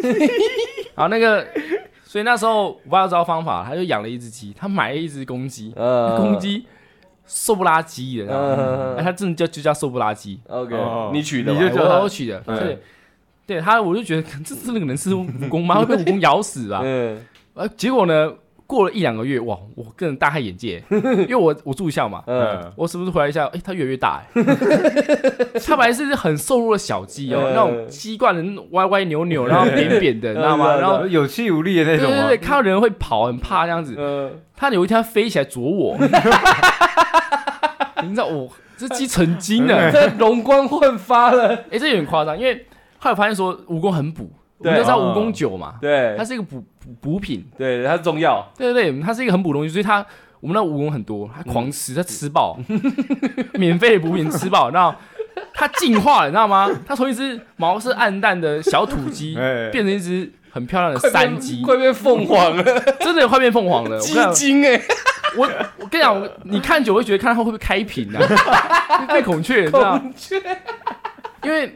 Speaker 3: 好，那个，所以那时候我爸就知道方法，他就养了一只鸡，他买了一只公鸡，
Speaker 1: 嗯，
Speaker 3: 公鸡瘦不拉几的，你知道吗？
Speaker 1: 嗯
Speaker 3: 哎，它真的叫就叫瘦不拉几，
Speaker 1: ，OK，
Speaker 2: 哦
Speaker 1: 你取的吧，
Speaker 2: 你就
Speaker 3: 哎
Speaker 2: 叫它
Speaker 3: 我我取的，
Speaker 2: 嗯
Speaker 3: 对，对他，我就觉得这这个人是蜈蚣吗？会被蜈蚣咬死啊！
Speaker 1: 嗯
Speaker 3: 呃，结果呢，过了一两个月，哇，我个人大开眼界，因为我我住校嘛，
Speaker 1: 嗯
Speaker 3: 我时不时回来一下，哎、它越来越大、欸，它本来是很瘦弱的小鸡哦、
Speaker 1: 嗯
Speaker 3: 那种鸡冠人歪歪扭扭，然后扁扁的，你知道吗？然后
Speaker 2: 有气无力的那
Speaker 3: 对对
Speaker 2: 种哦吗
Speaker 3: 对，？看到人会跑，很怕这样子。
Speaker 1: 嗯，
Speaker 3: 它有一天它飞起来啄我，你知道我这鸡成精了，哎、
Speaker 1: 这容光焕发了，
Speaker 3: 这有点夸张，因为后来发现说蜈蚣很补，我
Speaker 1: 对
Speaker 3: 们都知道蜈
Speaker 2: 哦
Speaker 3: 蚣酒嘛，
Speaker 1: 对
Speaker 3: 它，是一个补补补品，
Speaker 1: 对，它是中药，
Speaker 3: 对对对，它是一个很补的东西，所以它我们那蜈蚣很多，它狂吃，它吃爆， 免费的补品吃爆，然后它进化了，你知道吗？它从一只毛色暗淡的小土 鸡
Speaker 2: 哎
Speaker 3: 变成一只很漂亮的山鸡，
Speaker 1: 快变凤凰了，
Speaker 3: 真的快变凤凰了。我
Speaker 1: 鸡
Speaker 3: 跟你讲，
Speaker 1: 精哎，
Speaker 3: 我我跟你讲，我你看久会觉得看它会不会开屏啊？ 太孔雀了，你知道吗？
Speaker 1: 孔雀，
Speaker 3: 因为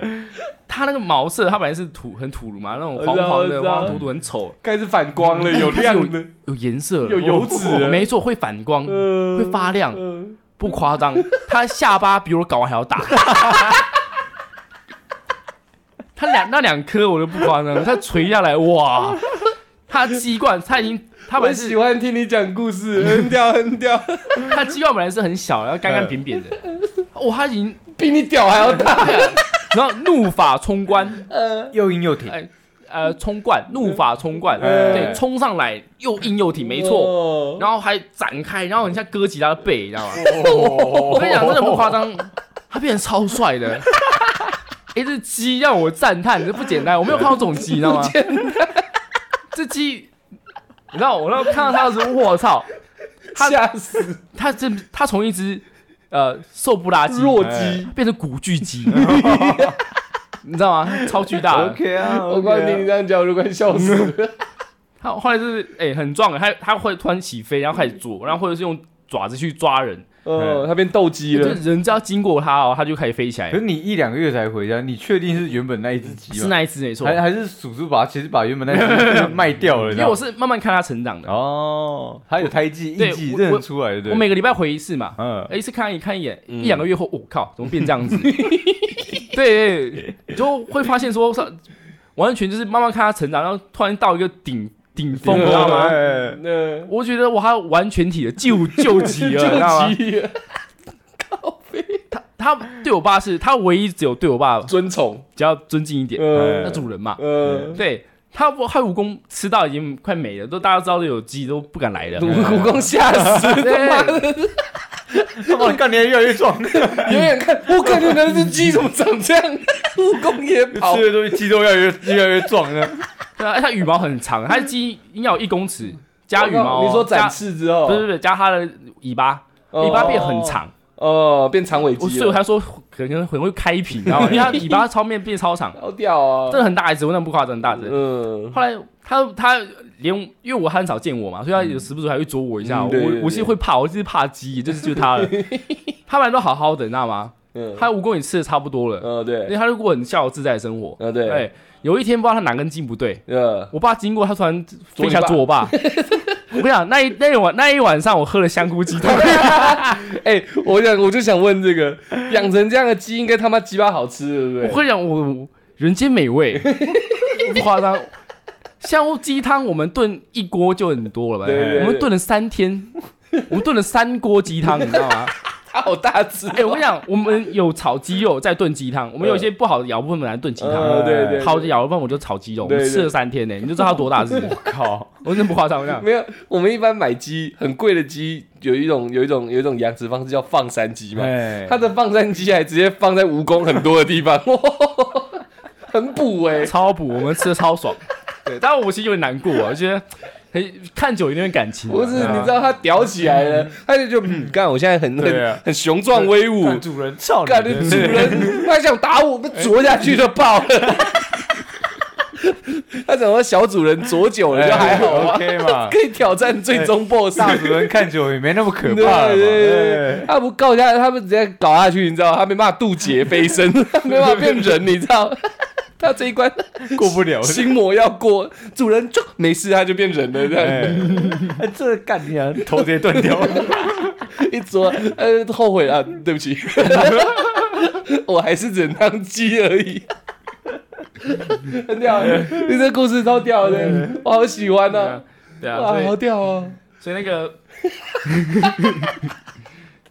Speaker 3: 它那个毛色，它本来是土很土嘛，那种黄
Speaker 1: 我知道我
Speaker 3: 黄的、
Speaker 1: 知道
Speaker 3: 黄黄土土，很丑，
Speaker 1: 开始反光了，有亮的，
Speaker 3: 嗯有颜色了，哦
Speaker 1: 有油脂了
Speaker 3: 没错，会反光，
Speaker 1: 嗯
Speaker 3: 会发亮。
Speaker 1: 嗯
Speaker 3: 不夸张，他下巴比我睾丸还要大。 他两那两颗我都不夸张，他垂下来哇，他鸡冠他已经他本
Speaker 1: 我
Speaker 3: 来
Speaker 1: 喜
Speaker 3: 是
Speaker 1: 欢听你讲故事，
Speaker 3: 嗯
Speaker 1: 很屌很屌，
Speaker 3: 他鸡冠本来是很小，然后干干扁扁的，哇，他已经
Speaker 1: 比你屌还要大，
Speaker 3: 然后怒发冲冠，
Speaker 2: 又硬又挺，
Speaker 3: 哎呃冲冠怒发冲冠，
Speaker 1: 嗯哎哦
Speaker 3: 对，冲上来又硬又挺，没错，
Speaker 1: 错
Speaker 3: 然后还展开，然后很像哥吉拉的背，你知道吗？
Speaker 1: 我
Speaker 3: 我跟你讲，真的不夸张，他变得超帅的。 一只鸡让我赞叹，这不简单，我没有看到这种鸡，你知道吗？这鸡，你知道，我那时候看到它的时候，我操，他
Speaker 1: 吓死，
Speaker 3: 它这它从一只呃瘦不拉几
Speaker 1: 弱鸡
Speaker 2: 哎，
Speaker 3: 变成古巨鸡，你知道吗？超巨大的。
Speaker 2: OK 啊，
Speaker 1: 我光听你这样讲，我都快笑死了，
Speaker 3: 它后来就是哎、很壮的，它它会突然起飞，然后开始啄，然后或者是用爪子去抓人，
Speaker 1: 嗯，它变斗鸡
Speaker 3: 就
Speaker 1: 了，
Speaker 3: 人只要经过它哦，它就可以飞起来
Speaker 2: 可。是你一两个月才回家，你确定是原本那一只鸡
Speaker 3: 是
Speaker 2: 吗？
Speaker 3: 那一只没错，
Speaker 2: 还还是叔叔把其实把原本那只鸡卖掉了？ 这
Speaker 3: 因为
Speaker 2: 样
Speaker 3: 我是慢慢看它成长的。
Speaker 2: 哦，还有胎记、
Speaker 3: 对
Speaker 2: 印记
Speaker 3: 我
Speaker 2: 认得出来的，对
Speaker 3: 我每个礼拜回一次嘛，哎
Speaker 2: 嗯，
Speaker 3: 一次看一看一眼，
Speaker 1: 嗯
Speaker 3: 一两个月后，我、靠，怎么变这样子？对对，你就会发现说，完全就是慢慢看他成长，然后突然到一个顶顶峰，你知道吗？
Speaker 2: 哎
Speaker 1: 嗯，
Speaker 3: 我觉得我还完全体的救救急了，你知 道
Speaker 1: 就
Speaker 3: 吗？
Speaker 1: 鸡
Speaker 3: 他对我爸是他唯一只有对我爸
Speaker 1: 尊崇，
Speaker 3: 比较尊敬一点，哎
Speaker 1: 嗯
Speaker 3: 那主人嘛，
Speaker 1: 嗯，
Speaker 3: 对。他我他武功吃到已经快没了，都大家知道都有鸡都不敢来 了。
Speaker 1: 武功吓死，他妈的，
Speaker 2: 他妈干爹越来越壮，
Speaker 1: 远远看，我感觉那只鸡怎么长这样，武功也跑，
Speaker 2: 吃的东西肌肉越来越越来越壮了。
Speaker 3: 对啊，哎它羽毛很长，它的鸡应该有一公尺加羽毛哦、
Speaker 1: 你说
Speaker 3: 加
Speaker 1: 展翅之后
Speaker 3: 不，是不是，加它的尾巴，尾巴变很长，
Speaker 1: 哦，变长尾
Speaker 3: 我
Speaker 1: 鸡
Speaker 3: 所以我
Speaker 1: 了，
Speaker 3: 才说可能很会开屏，你知道吗？因为它尾巴超面变超 长，
Speaker 1: 好屌啊，
Speaker 3: 真的很大一只，我那不夸张，很大只。
Speaker 1: 嗯，
Speaker 3: 后来它它连因为我很少见我嘛，所以它有时不时还会啄我一下，
Speaker 1: 嗯嗯对对对
Speaker 3: 我我是会怕，我就是怕鸡，就是就是它 了。它本来都好好的，你知道吗？
Speaker 1: 嗯，
Speaker 3: 它蜈蚣也吃的差不多了，
Speaker 1: 嗯，
Speaker 3: 因
Speaker 1: 对，
Speaker 3: 为它就过很逍遥自在的生活。
Speaker 1: 嗯，对，
Speaker 3: 哎，有一天不知道它哪根筋不对，
Speaker 1: 呃，
Speaker 3: 我爸经过，他突然飞起来
Speaker 1: 啄
Speaker 3: 啄我爸。 我跟你讲，那一那一晚那一晚上，我喝了香 菇鸡汤。
Speaker 1: 哎，我想我就想问这个，养成这样的鸡应该他妈鸡巴好吃，对不对
Speaker 3: 我？跟你讲，我我人间美 味，不夸张。香菇鸡汤我们炖一锅就很多了吧？
Speaker 1: 对对对
Speaker 3: 我们炖了三天，我们炖了三锅鸡汤，你知 道吗？
Speaker 1: 它好大只，
Speaker 3: 哎、我跟你讲，我们有炒鸡肉在炖鸡汤，我们有一些不好的咬部分本来炖鸡汤。
Speaker 1: 呃对对，
Speaker 3: 好的咬部分我就炒鸡肉，我
Speaker 1: 对
Speaker 3: 们
Speaker 1: 对
Speaker 3: 吃了三天呢、你就知道它多 大只。
Speaker 2: 靠，
Speaker 3: 我真的不夸张，我跟你讲，
Speaker 1: 没有，我们一般买鸡很贵的鸡，有一种有一种有一种养殖方式叫放山鸡嘛，
Speaker 2: 哎
Speaker 1: 它的放山鸡还直接放在蜈蚣很多的地方， 很补 哎、
Speaker 3: 超补，我们吃的 超爽。对，但我其实有点难过啊，我觉得很看久有点感情啊。
Speaker 1: 不是，
Speaker 3: 对啊
Speaker 1: 你知道它屌起来了，它就就嗯，干，我现在很
Speaker 2: 对
Speaker 1: 很
Speaker 2: 啊
Speaker 1: 很雄壮威武，
Speaker 2: 干主人操你
Speaker 1: 干的主人，他想打我，被啄下去就爆了。 他怎么小主人啄久了就还好啊？
Speaker 2: 哎，OK 嘛
Speaker 1: 可。以挑战最终 BOSS。
Speaker 2: 大主人看久也没那么可
Speaker 1: 对
Speaker 2: 怕了嘛，
Speaker 1: 对对
Speaker 2: 哎，
Speaker 1: 他不告下，他们直接搞下去，你知道，他没办法渡劫飞升，没办法变人，你知道， 他这一关
Speaker 2: 过不了。
Speaker 1: 心魔要过，主人就没事，他就变人了，这样
Speaker 2: 哎，这干你啊，头直接断掉。
Speaker 1: 一啄，呃，后悔了，对不起， 我还是只能当鸡而已。 很屌，你这故事超屌的，我好喜欢
Speaker 3: 对
Speaker 1: 啊
Speaker 3: 啊！，对啊，
Speaker 1: 哇
Speaker 3: 所，以
Speaker 1: 好屌啊！
Speaker 3: 所以那个，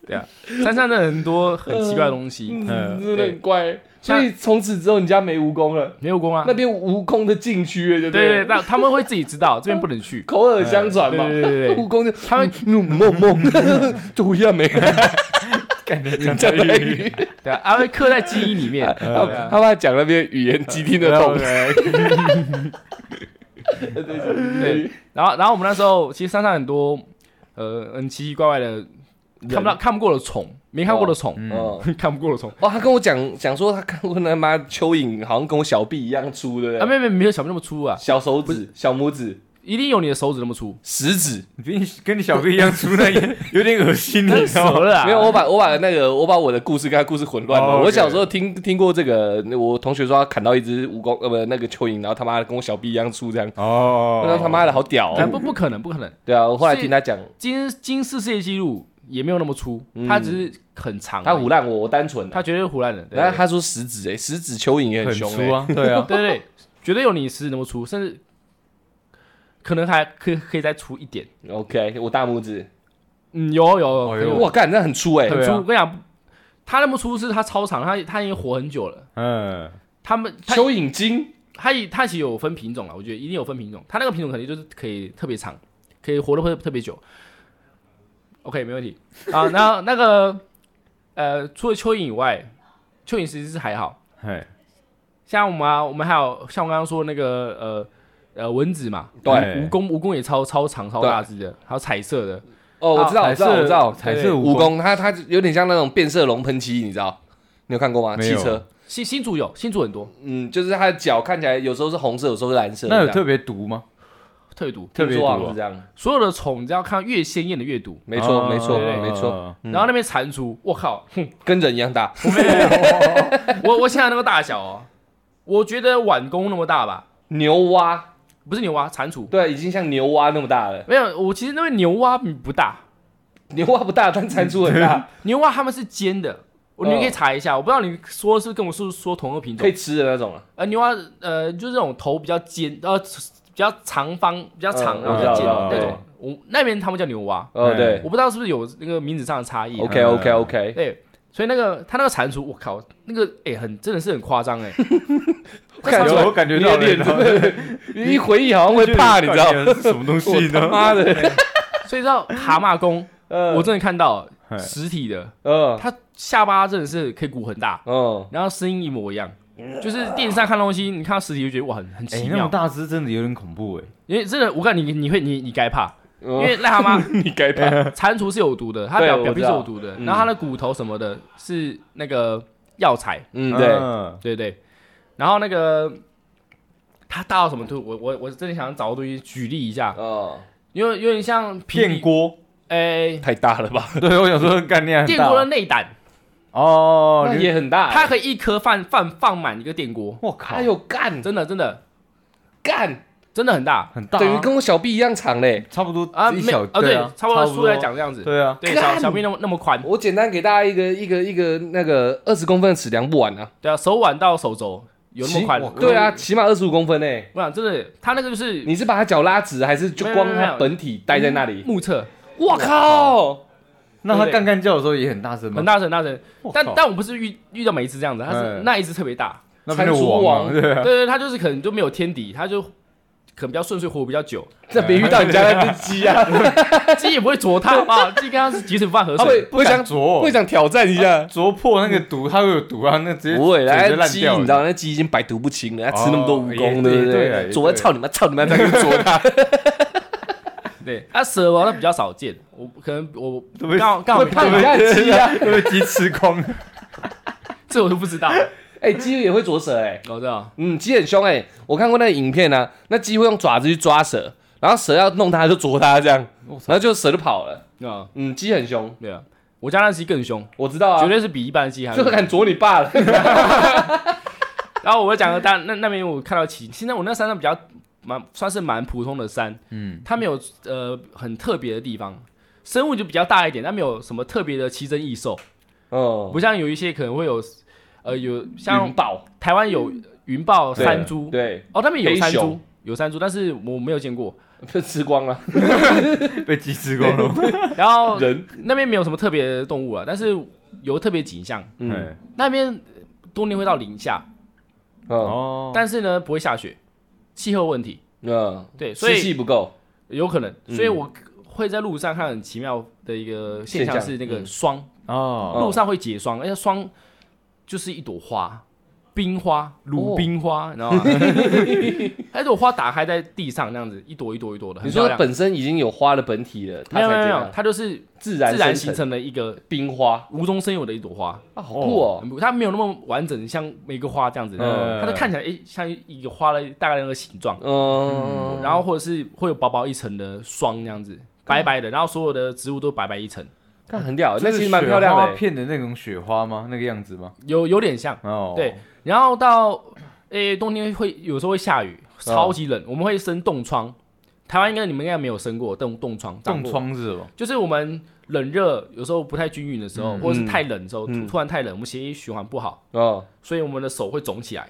Speaker 3: 对啊，山上真的很多很奇怪的东西，
Speaker 1: 嗯，真
Speaker 3: 嗯，
Speaker 1: 的很
Speaker 3: 对，
Speaker 1: 乖。所以从此之后，你家没蜈蚣了，
Speaker 3: 没有功啊
Speaker 1: 那，边蜈蚣的禁区了，对不
Speaker 3: 对对，那他们会自己知道这边不能 去，
Speaker 1: 口耳相传
Speaker 3: 对
Speaker 1: 嘛，
Speaker 3: 对对对
Speaker 1: 蜈蚣就
Speaker 3: 他们
Speaker 1: 嗯梦梦， 就一样没
Speaker 2: 感觉
Speaker 1: 讲台语，
Speaker 3: 对啊，他会刻在记忆 里面，对
Speaker 1: 他
Speaker 3: 啊
Speaker 1: 他怕讲那边语言极听得懂，对
Speaker 3: 对，然后然后我们那时候其实山上很多呃很奇奇怪怪的看不到看不过的虫，没看过的虫，
Speaker 1: 嗯。
Speaker 3: 看不过的虫
Speaker 1: 哦，他跟我讲讲说他看过那妈蚯蚓，好像跟我小臂一样粗，对不对？
Speaker 3: 啊，没有没有没有小朋友那么粗啊，
Speaker 1: 小手指、小拇指、
Speaker 3: 一定有你的手指那么粗，
Speaker 1: 食指。
Speaker 2: 比你跟你小哥一样粗那也有点恶心，你知道吗？
Speaker 3: 了
Speaker 1: 没有，我把我把那个我把我的故事跟他故事混乱了。
Speaker 2: 啊哦，OK
Speaker 1: 我小时候听听过这个，我同学说他砍到一只蜈蚣，呃，不，那个蚯蚓，然后他妈的跟我小臂一样粗，这样，
Speaker 2: 哦
Speaker 1: 那他妈的好屌、
Speaker 3: 啊
Speaker 1: 哦。
Speaker 3: 不不可能不可能，
Speaker 1: 对啊，我后来听他讲，
Speaker 3: 金金世世界纪录也没有那么粗，它只是很长而已，
Speaker 1: 他唬烂我，我单纯、啊。
Speaker 3: 他绝对胡乱的，对
Speaker 1: 然后他说食指、哎，食指蚯蚓也
Speaker 2: 很
Speaker 1: 凶、欸
Speaker 2: 粗啊，对啊，
Speaker 3: 对对对，绝对有你食指那么粗，甚至可能还可以可以再粗一点，
Speaker 1: 哎。OK，我大拇指，
Speaker 3: 嗯，有有有
Speaker 2: 哎
Speaker 3: 可
Speaker 2: 呦
Speaker 3: 以有，
Speaker 1: 哇，干，那很粗哎、
Speaker 3: 很
Speaker 2: 对
Speaker 3: 粗，
Speaker 2: 啊
Speaker 3: 我跟你讲，他那么粗是他超长，他他已经活很久了。
Speaker 2: 嗯，
Speaker 3: 他们他
Speaker 1: 蚯蚓精，
Speaker 3: 他也他其实有分品种啊了，我觉得一定有分品种。他那个品种肯定就是可以特别长，可以活得会特别久。OK，没问题啊。然后那个呃，除了蚯蚓以外，蚯蚓其实是还好
Speaker 2: 嘿，
Speaker 3: 像我们、啊、我们还有像我刚刚说那个呃呃蚊子嘛，
Speaker 1: 对，
Speaker 2: 哎
Speaker 3: 蜈蚣蜈蚣也超超长超大只的，还有彩色的，
Speaker 1: 哦，我知道，我
Speaker 2: 彩
Speaker 1: 知道，
Speaker 2: 色
Speaker 1: 我知道，
Speaker 2: 彩
Speaker 3: 对
Speaker 2: 色
Speaker 1: 蜈蚣，它它有点像那种变色龙喷漆，你知道？你有看过吗？
Speaker 2: 没有
Speaker 1: 汽车，
Speaker 3: 新新竹有新竹很多
Speaker 1: 嗯，就是它的脚看起来有时候是红色，有时候是蓝色。
Speaker 2: 那有
Speaker 1: 这
Speaker 2: 特
Speaker 1: 样
Speaker 2: 别毒吗？
Speaker 3: 特别毒，
Speaker 2: 特别
Speaker 1: 听
Speaker 2: 毒
Speaker 1: 说好像是
Speaker 2: 啊，
Speaker 1: 这样，
Speaker 3: 所有的虫你只要看越鲜艳的越毒。
Speaker 1: 没错，
Speaker 2: 啊
Speaker 1: 没错，
Speaker 3: 对
Speaker 1: 没错，，
Speaker 3: 然后那边蟾蜍，我靠， 哼
Speaker 2: 嗯
Speaker 1: 跟人一样大。
Speaker 3: 我我想想那个大小哦，我觉得碗弓那么大吧，
Speaker 1: 牛蛙，
Speaker 3: 不是牛蛙，蟾蜍。
Speaker 1: 对，已经像牛蛙那么大了。
Speaker 3: 没有，我其实那个牛蛙不大，
Speaker 1: 牛蛙不大，但蟾蜍很大，
Speaker 3: 牛蛙它们是尖的，我
Speaker 1: 哦
Speaker 3: 你们可以查一下，我不知道你说是不是跟我说说同一个
Speaker 2: 嗯
Speaker 3: 品
Speaker 1: 可
Speaker 3: 种
Speaker 1: 以。吃的那种啊了。
Speaker 3: 呃，牛蛙呃就是这种头比较尖，呃比较长方比较长，
Speaker 1: 嗯
Speaker 3: 然后比较
Speaker 2: 我知
Speaker 3: 尖
Speaker 2: 道
Speaker 3: 那
Speaker 2: 哦我知
Speaker 3: 种
Speaker 1: 道。
Speaker 3: 我那边他们叫牛蛙，
Speaker 2: 哎
Speaker 1: 哦，对
Speaker 3: 我不知道是不是有那个名字上的差异。啊
Speaker 1: ，OK OK OK，
Speaker 3: 对，所以那个他那个蟾蜍，我靠，那个哎很真的是很夸张哎，
Speaker 1: 看出
Speaker 2: 有
Speaker 1: 来
Speaker 2: 我感觉
Speaker 1: 你的
Speaker 2: 到了
Speaker 1: 脸
Speaker 2: 你知道吗
Speaker 1: 真的，
Speaker 2: 嗯
Speaker 1: 你一回忆好像会怕，你知 道？
Speaker 2: 吗？什么东西？
Speaker 1: 我
Speaker 2: 你知道
Speaker 1: 他
Speaker 2: 吗？
Speaker 1: 妈 的，
Speaker 3: 所以到蛤蟆功，
Speaker 1: 呃
Speaker 3: 我真的看到
Speaker 2: 嘿
Speaker 3: 呃实体的，
Speaker 1: 嗯
Speaker 3: 它下巴真的是可以鼓很大，
Speaker 1: 嗯，
Speaker 3: 然后声音一模一样，就是电视上看东西，你看到实体就觉得哇很很
Speaker 2: 哎
Speaker 3: 奇，
Speaker 2: 那
Speaker 3: 妙
Speaker 2: 种，大只真的有点恐怖哎，
Speaker 3: 因为真的我看你你会你你该怕，因
Speaker 1: 因
Speaker 3: 为癞 蛤蟆
Speaker 1: 你该怕，
Speaker 3: 蟾蜍是有毒的，它
Speaker 1: 对
Speaker 3: 表
Speaker 1: 我
Speaker 3: 表皮
Speaker 1: 知
Speaker 3: 是
Speaker 1: 道
Speaker 3: 有毒的，
Speaker 1: 嗯
Speaker 3: 然后它的骨头什么的是那个药材，
Speaker 1: 嗯，对，
Speaker 2: 嗯
Speaker 3: 对对，然后那个它大到什么度？我我我真的想找个东西举例一下，
Speaker 1: 哦，
Speaker 3: 因为有点像皮
Speaker 2: 电，锅，
Speaker 3: 哎，
Speaker 1: 太大了吧？
Speaker 2: 对我想说干念
Speaker 3: 电锅的内胆，
Speaker 2: 哦，
Speaker 1: 那
Speaker 2: 你
Speaker 1: 也很大欸，
Speaker 3: 它可以一颗放放放满一个电锅，
Speaker 2: 我靠
Speaker 1: 哎，呦干
Speaker 3: 真的真的
Speaker 1: 干，
Speaker 3: 真的很大。
Speaker 2: 很大啊，
Speaker 1: 等于跟我小臂一样长嘞。
Speaker 2: 差不多
Speaker 3: 啊，
Speaker 2: 一
Speaker 3: 没
Speaker 2: 小
Speaker 3: 有啊，对
Speaker 2: 啊，，
Speaker 3: 差不多书来讲这样子，
Speaker 2: 对啊，
Speaker 3: 对，
Speaker 1: 干
Speaker 3: 小小臂那么那么宽，
Speaker 1: 我简单给大家一个一个一个那个二十公分的尺量不完啊，
Speaker 3: 对啊，手腕到手肘有那
Speaker 1: 起
Speaker 3: 么宽
Speaker 2: 我，靠
Speaker 1: 对啊，，起码二十五公分诶、
Speaker 3: 我想真的，他那个就是
Speaker 1: 你是把它脚拉直，还是就光
Speaker 3: 没有没有嗯
Speaker 1: 它
Speaker 3: 没有
Speaker 1: 本体待在那里？
Speaker 3: 目测
Speaker 1: 我靠！
Speaker 2: 那它
Speaker 3: 对
Speaker 2: 干干叫的时候也很大声吗
Speaker 3: 很？大声很大声，
Speaker 2: 我
Speaker 3: 但
Speaker 2: 靠
Speaker 3: 但我不是遇遇到每一只这样子，他是
Speaker 2: 嗯
Speaker 3: 那一只特别大，
Speaker 2: 那边的
Speaker 1: 蟾蜍
Speaker 2: 王啊
Speaker 1: 王
Speaker 2: 对 啊
Speaker 3: 对，对，他就是可能就没有天敌，他就可能比较顺遂，活得比较久，
Speaker 1: 这没遇到你家那只鸡啊，
Speaker 3: 鸡也不会 啄他啊，鸡跟他是井水不犯河
Speaker 1: 它会
Speaker 3: 水，
Speaker 1: 会想
Speaker 2: 啄
Speaker 1: 会想挑战一下，
Speaker 2: 啄破那个毒，它会有毒啊，那直接
Speaker 1: 不会啦，
Speaker 2: 直接
Speaker 1: 那
Speaker 2: 烂
Speaker 1: 鸡
Speaker 2: 掉
Speaker 1: 你
Speaker 2: 了
Speaker 1: 知道那鸡已经百毒不侵了，它吃那么多蜈
Speaker 2: 哦
Speaker 1: 蚣，对
Speaker 2: 也
Speaker 1: 不
Speaker 2: 也对啊
Speaker 1: 对？
Speaker 2: 也
Speaker 1: 左
Speaker 2: 对
Speaker 1: 操你妈，操你妈，这样就啄它，
Speaker 3: 对，啊蛇王那比较少见，我可能我
Speaker 2: 会不会
Speaker 3: 刚好刚好
Speaker 1: 会
Speaker 3: 没
Speaker 1: 怕
Speaker 3: 看
Speaker 1: 你
Speaker 3: 过
Speaker 1: 家的鸡啊？
Speaker 2: 会被鸡吃光。
Speaker 3: 这我就不知道，
Speaker 1: 哎，鸡也会啄蛇哎，
Speaker 3: 我知道，
Speaker 1: 嗯，鸡很凶哎、我看过那个影片啊，那鸡会用爪子去抓蛇，然后蛇要弄它就啄它这样，然后就蛇就跑了。
Speaker 3: 啊，
Speaker 1: 嗯，鸡很凶，
Speaker 3: 对啊，我家那只鸡更凶，
Speaker 1: 我知道啊，
Speaker 3: 绝对是比一般的鸡还
Speaker 1: 就
Speaker 3: 凶。
Speaker 1: 敢啄你 爸了。
Speaker 3: 然后我讲个大那那边我看到奇，现在我那山上比较蛮算是蛮普通的山，
Speaker 2: 嗯，
Speaker 3: 它没有呃很特别的地方，生物就比较大一点，但没有什么特别的奇珍异兽，
Speaker 1: 哦，
Speaker 3: 不像有一些可能会有呃有像
Speaker 1: 云豹、
Speaker 3: 台湾有云豹、山猪，
Speaker 1: 对，
Speaker 3: 哦那边有山
Speaker 1: 黑
Speaker 3: 猪
Speaker 1: 熊，
Speaker 3: 有山猪，但是我没有见过，
Speaker 1: 被 吃光了
Speaker 2: 被鸡吃光了。
Speaker 3: 然后
Speaker 1: 人，
Speaker 3: 那边没有什么特别的动物啊，但是有特别景象。
Speaker 2: 哎
Speaker 1: 嗯，
Speaker 3: 那边冬天会到零下，
Speaker 1: 哦，
Speaker 2: 哦，
Speaker 3: 但是呢不会下雪，气候问题。
Speaker 1: 嗯，
Speaker 3: 对，所
Speaker 1: 湿
Speaker 3: 以
Speaker 1: 气不够，
Speaker 3: 有可能，
Speaker 1: 嗯
Speaker 3: 所以我会在路上看很奇妙的一个现象
Speaker 1: 现象
Speaker 3: 是那
Speaker 1: 嗯
Speaker 3: 个霜，
Speaker 2: 哦，
Speaker 3: 路上会结霜，而且霜就是一朵花，冰
Speaker 1: 哦
Speaker 3: 花，鲁冰花，你知 道吗？那朵花打开在地上那样子，一朵一朵一朵的，很
Speaker 1: 你
Speaker 3: 漂
Speaker 1: 说
Speaker 3: 亮。
Speaker 1: 本身已经有花的本体了，它才
Speaker 3: 没有没有
Speaker 1: 这
Speaker 3: 没有，
Speaker 1: 样，
Speaker 3: 它就是
Speaker 1: 自然
Speaker 3: 自
Speaker 1: 生
Speaker 3: 然形成了一个
Speaker 1: 冰花
Speaker 3: 无中生有的一朵花，
Speaker 1: 啊，好酷哦，
Speaker 3: 很不它没有那么完整，像玫瑰花这样子，
Speaker 1: 嗯
Speaker 3: 它就看起来诶像一个花的大概那个形状，
Speaker 1: 嗯，
Speaker 3: 哦然后或者是会有薄薄一层的霜这样子，白白的，然后所有的植物都白白一层，
Speaker 1: 看很屌，哦那
Speaker 2: 是
Speaker 1: 其实蛮漂亮
Speaker 2: 雪花
Speaker 1: 的欸，
Speaker 2: 片的那种雪花吗？那个样子吗？
Speaker 3: 有有点像。
Speaker 2: 哦，
Speaker 3: 对，然后到诶、冬天会有时候会下雨，
Speaker 2: 哦
Speaker 3: 超级冷，我们会生冻疮。台湾应该你们应该没有生过冻冻疮，长
Speaker 2: 冻
Speaker 3: 过，
Speaker 2: 疮是吧？
Speaker 3: 就是我们冷热有时候不太均匀的时候，
Speaker 2: 嗯
Speaker 3: 或者是太冷的时候，
Speaker 1: 嗯
Speaker 3: 突突然太冷，我们血液循环不好，
Speaker 1: 嗯
Speaker 3: 所以我们的手会肿起来，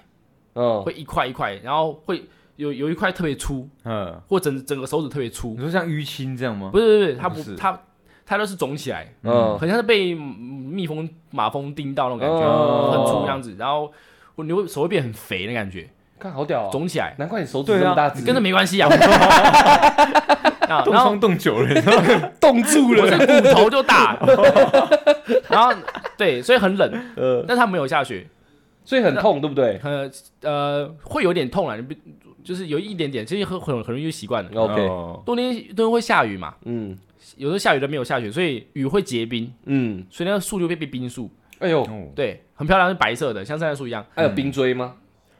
Speaker 1: 嗯，
Speaker 3: 会一块一块，然后会有有一块特别粗，
Speaker 2: 嗯，
Speaker 3: 或整整个手指特别粗
Speaker 2: 你，说像淤青这样吗？
Speaker 3: 不是不是不是，它
Speaker 2: 不
Speaker 3: 不
Speaker 2: 嗯是哦
Speaker 3: 它它就是肿起来，
Speaker 1: 嗯
Speaker 3: 很像是被蜜蜂马蜂叮到那种感觉，
Speaker 1: 哦
Speaker 3: 很粗这样子，然后你会手会变很肥的感觉，
Speaker 1: 看好屌哦，
Speaker 3: 肿起来。
Speaker 1: 难怪你手指这么大只，
Speaker 3: 跟这没关系啊。 啊，
Speaker 2: 冻
Speaker 3: 然后
Speaker 2: 疮冻久了，你知道吗
Speaker 1: 冻住
Speaker 3: 我
Speaker 1: 了，
Speaker 3: 这骨头 就大，然后对，所以很冷，
Speaker 1: 呃，
Speaker 3: 但它没有下雪，
Speaker 1: 所以很痛，对不对
Speaker 3: 呃呃，会有点痛了，你不就是有一点点，其实很很很容易就习惯了。
Speaker 1: ？OK，
Speaker 2: 哦
Speaker 3: 冬天冬天会下雨嘛，
Speaker 1: 嗯
Speaker 3: 有时候下雨都没有下雪，所以雨会结冰，
Speaker 1: 嗯，
Speaker 3: 所以那个树就会变冰树，
Speaker 1: 哎呦，
Speaker 2: 哦
Speaker 3: 对，很漂亮，是白色的，像圣诞树一样，
Speaker 1: 还有冰锥吗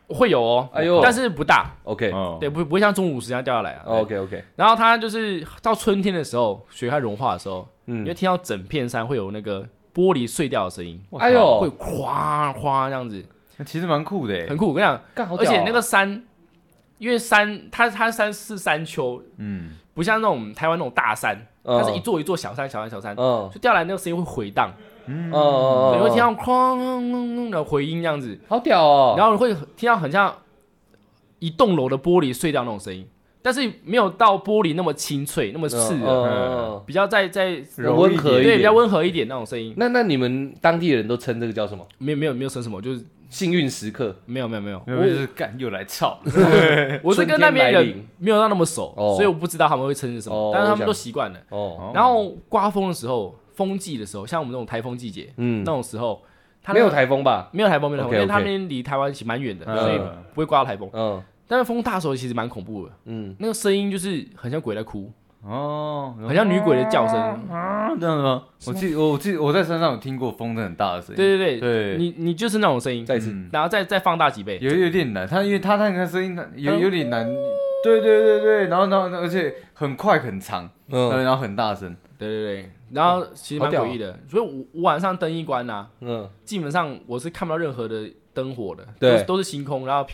Speaker 3: 会有哦，
Speaker 1: 哎呦
Speaker 3: 但是不大，
Speaker 1: ？OK 哦
Speaker 2: 哦
Speaker 3: 对，不不会像中午时一样掉下来啊。对
Speaker 1: OK OK，
Speaker 3: 然后它就是到春天的时候，雪开始融化的时候，你会
Speaker 1: 嗯，
Speaker 3: 听到整片山会有那个玻璃碎掉的声音，
Speaker 2: 我
Speaker 1: 哎
Speaker 2: 靠
Speaker 3: 会
Speaker 1: 呦，
Speaker 3: 哗哗这样子，
Speaker 2: 那其实蛮酷的欸
Speaker 3: 很酷。我跟你讲，
Speaker 1: 干好
Speaker 3: 而
Speaker 1: 屌哦，
Speaker 3: 且那个山，因为山它它山是山丘，
Speaker 2: 嗯，
Speaker 3: 不像那种台湾那种大山，
Speaker 1: 嗯
Speaker 3: 它是一座一座小山小山小山，
Speaker 1: 嗯
Speaker 3: 就掉来那个声音会回荡，
Speaker 1: 嗯嗯，
Speaker 3: 你会听
Speaker 1: 嗯
Speaker 3: 到哐哐哐的回音这样子，
Speaker 1: 好屌哦，
Speaker 3: 然后你会听到很像一栋楼的玻璃碎掉那种声音，但是没有到玻璃那么清脆那么刺啊
Speaker 1: 嗯
Speaker 3: 耳，
Speaker 1: 嗯嗯
Speaker 3: 比较在在
Speaker 2: 柔
Speaker 1: 温
Speaker 2: 一
Speaker 1: 和
Speaker 2: 点
Speaker 1: 一点
Speaker 3: 对比较温和一点那种声音，
Speaker 1: 那那你们当地人都称这个叫什么？
Speaker 3: 没有没有没有声什么，就是
Speaker 1: 幸运时刻
Speaker 3: 没有没有没有，
Speaker 2: 没有就是干又来操，
Speaker 3: 我是跟那
Speaker 1: 春
Speaker 3: 边
Speaker 1: 天来
Speaker 3: 人
Speaker 1: 临
Speaker 3: 没有到那么熟，
Speaker 1: 哦
Speaker 3: 所以我不知道他们会称是什么，
Speaker 1: 哦
Speaker 3: 但是他
Speaker 1: 我想
Speaker 3: 们都习惯了。
Speaker 1: 哦，
Speaker 3: 然后刮风的时候，风季的时候，像我们这种台风季节、
Speaker 1: 嗯
Speaker 3: 那，种时候，它
Speaker 1: 没有
Speaker 3: 那个
Speaker 1: 台风吧？
Speaker 3: 没有台风，没有台风，
Speaker 1: OK，OK
Speaker 3: 因为他们离台湾其实蛮远的，
Speaker 2: 嗯
Speaker 3: 所以不会刮到台风。
Speaker 1: 嗯
Speaker 3: 但是风大的时候其实蛮恐怖的，
Speaker 1: 嗯，
Speaker 3: 那个声音就是很像鬼在哭，
Speaker 2: 哦，
Speaker 3: 很像女鬼的叫声。
Speaker 2: 啊这样子吗？我记得我记得我在山上有听过风声很大的声音，
Speaker 3: 对对对，
Speaker 2: 对，
Speaker 3: 你你就是那种声音，
Speaker 1: 再一次，
Speaker 2: 嗯
Speaker 3: 然后再再放大几倍。
Speaker 2: 有有点难，他因为他那个声音有
Speaker 3: 嗯
Speaker 2: 有点难，对对对对，然后然后而且很快很长，
Speaker 1: 嗯
Speaker 2: 然后很大声，
Speaker 3: 对对对，然后其实蛮
Speaker 1: 好屌哦
Speaker 3: 诡异的，所以我我晚上灯一关啊呐、
Speaker 1: 嗯，
Speaker 3: 基本上我是看不到任何的灯火的，
Speaker 1: 对
Speaker 3: 都是都是星空，然后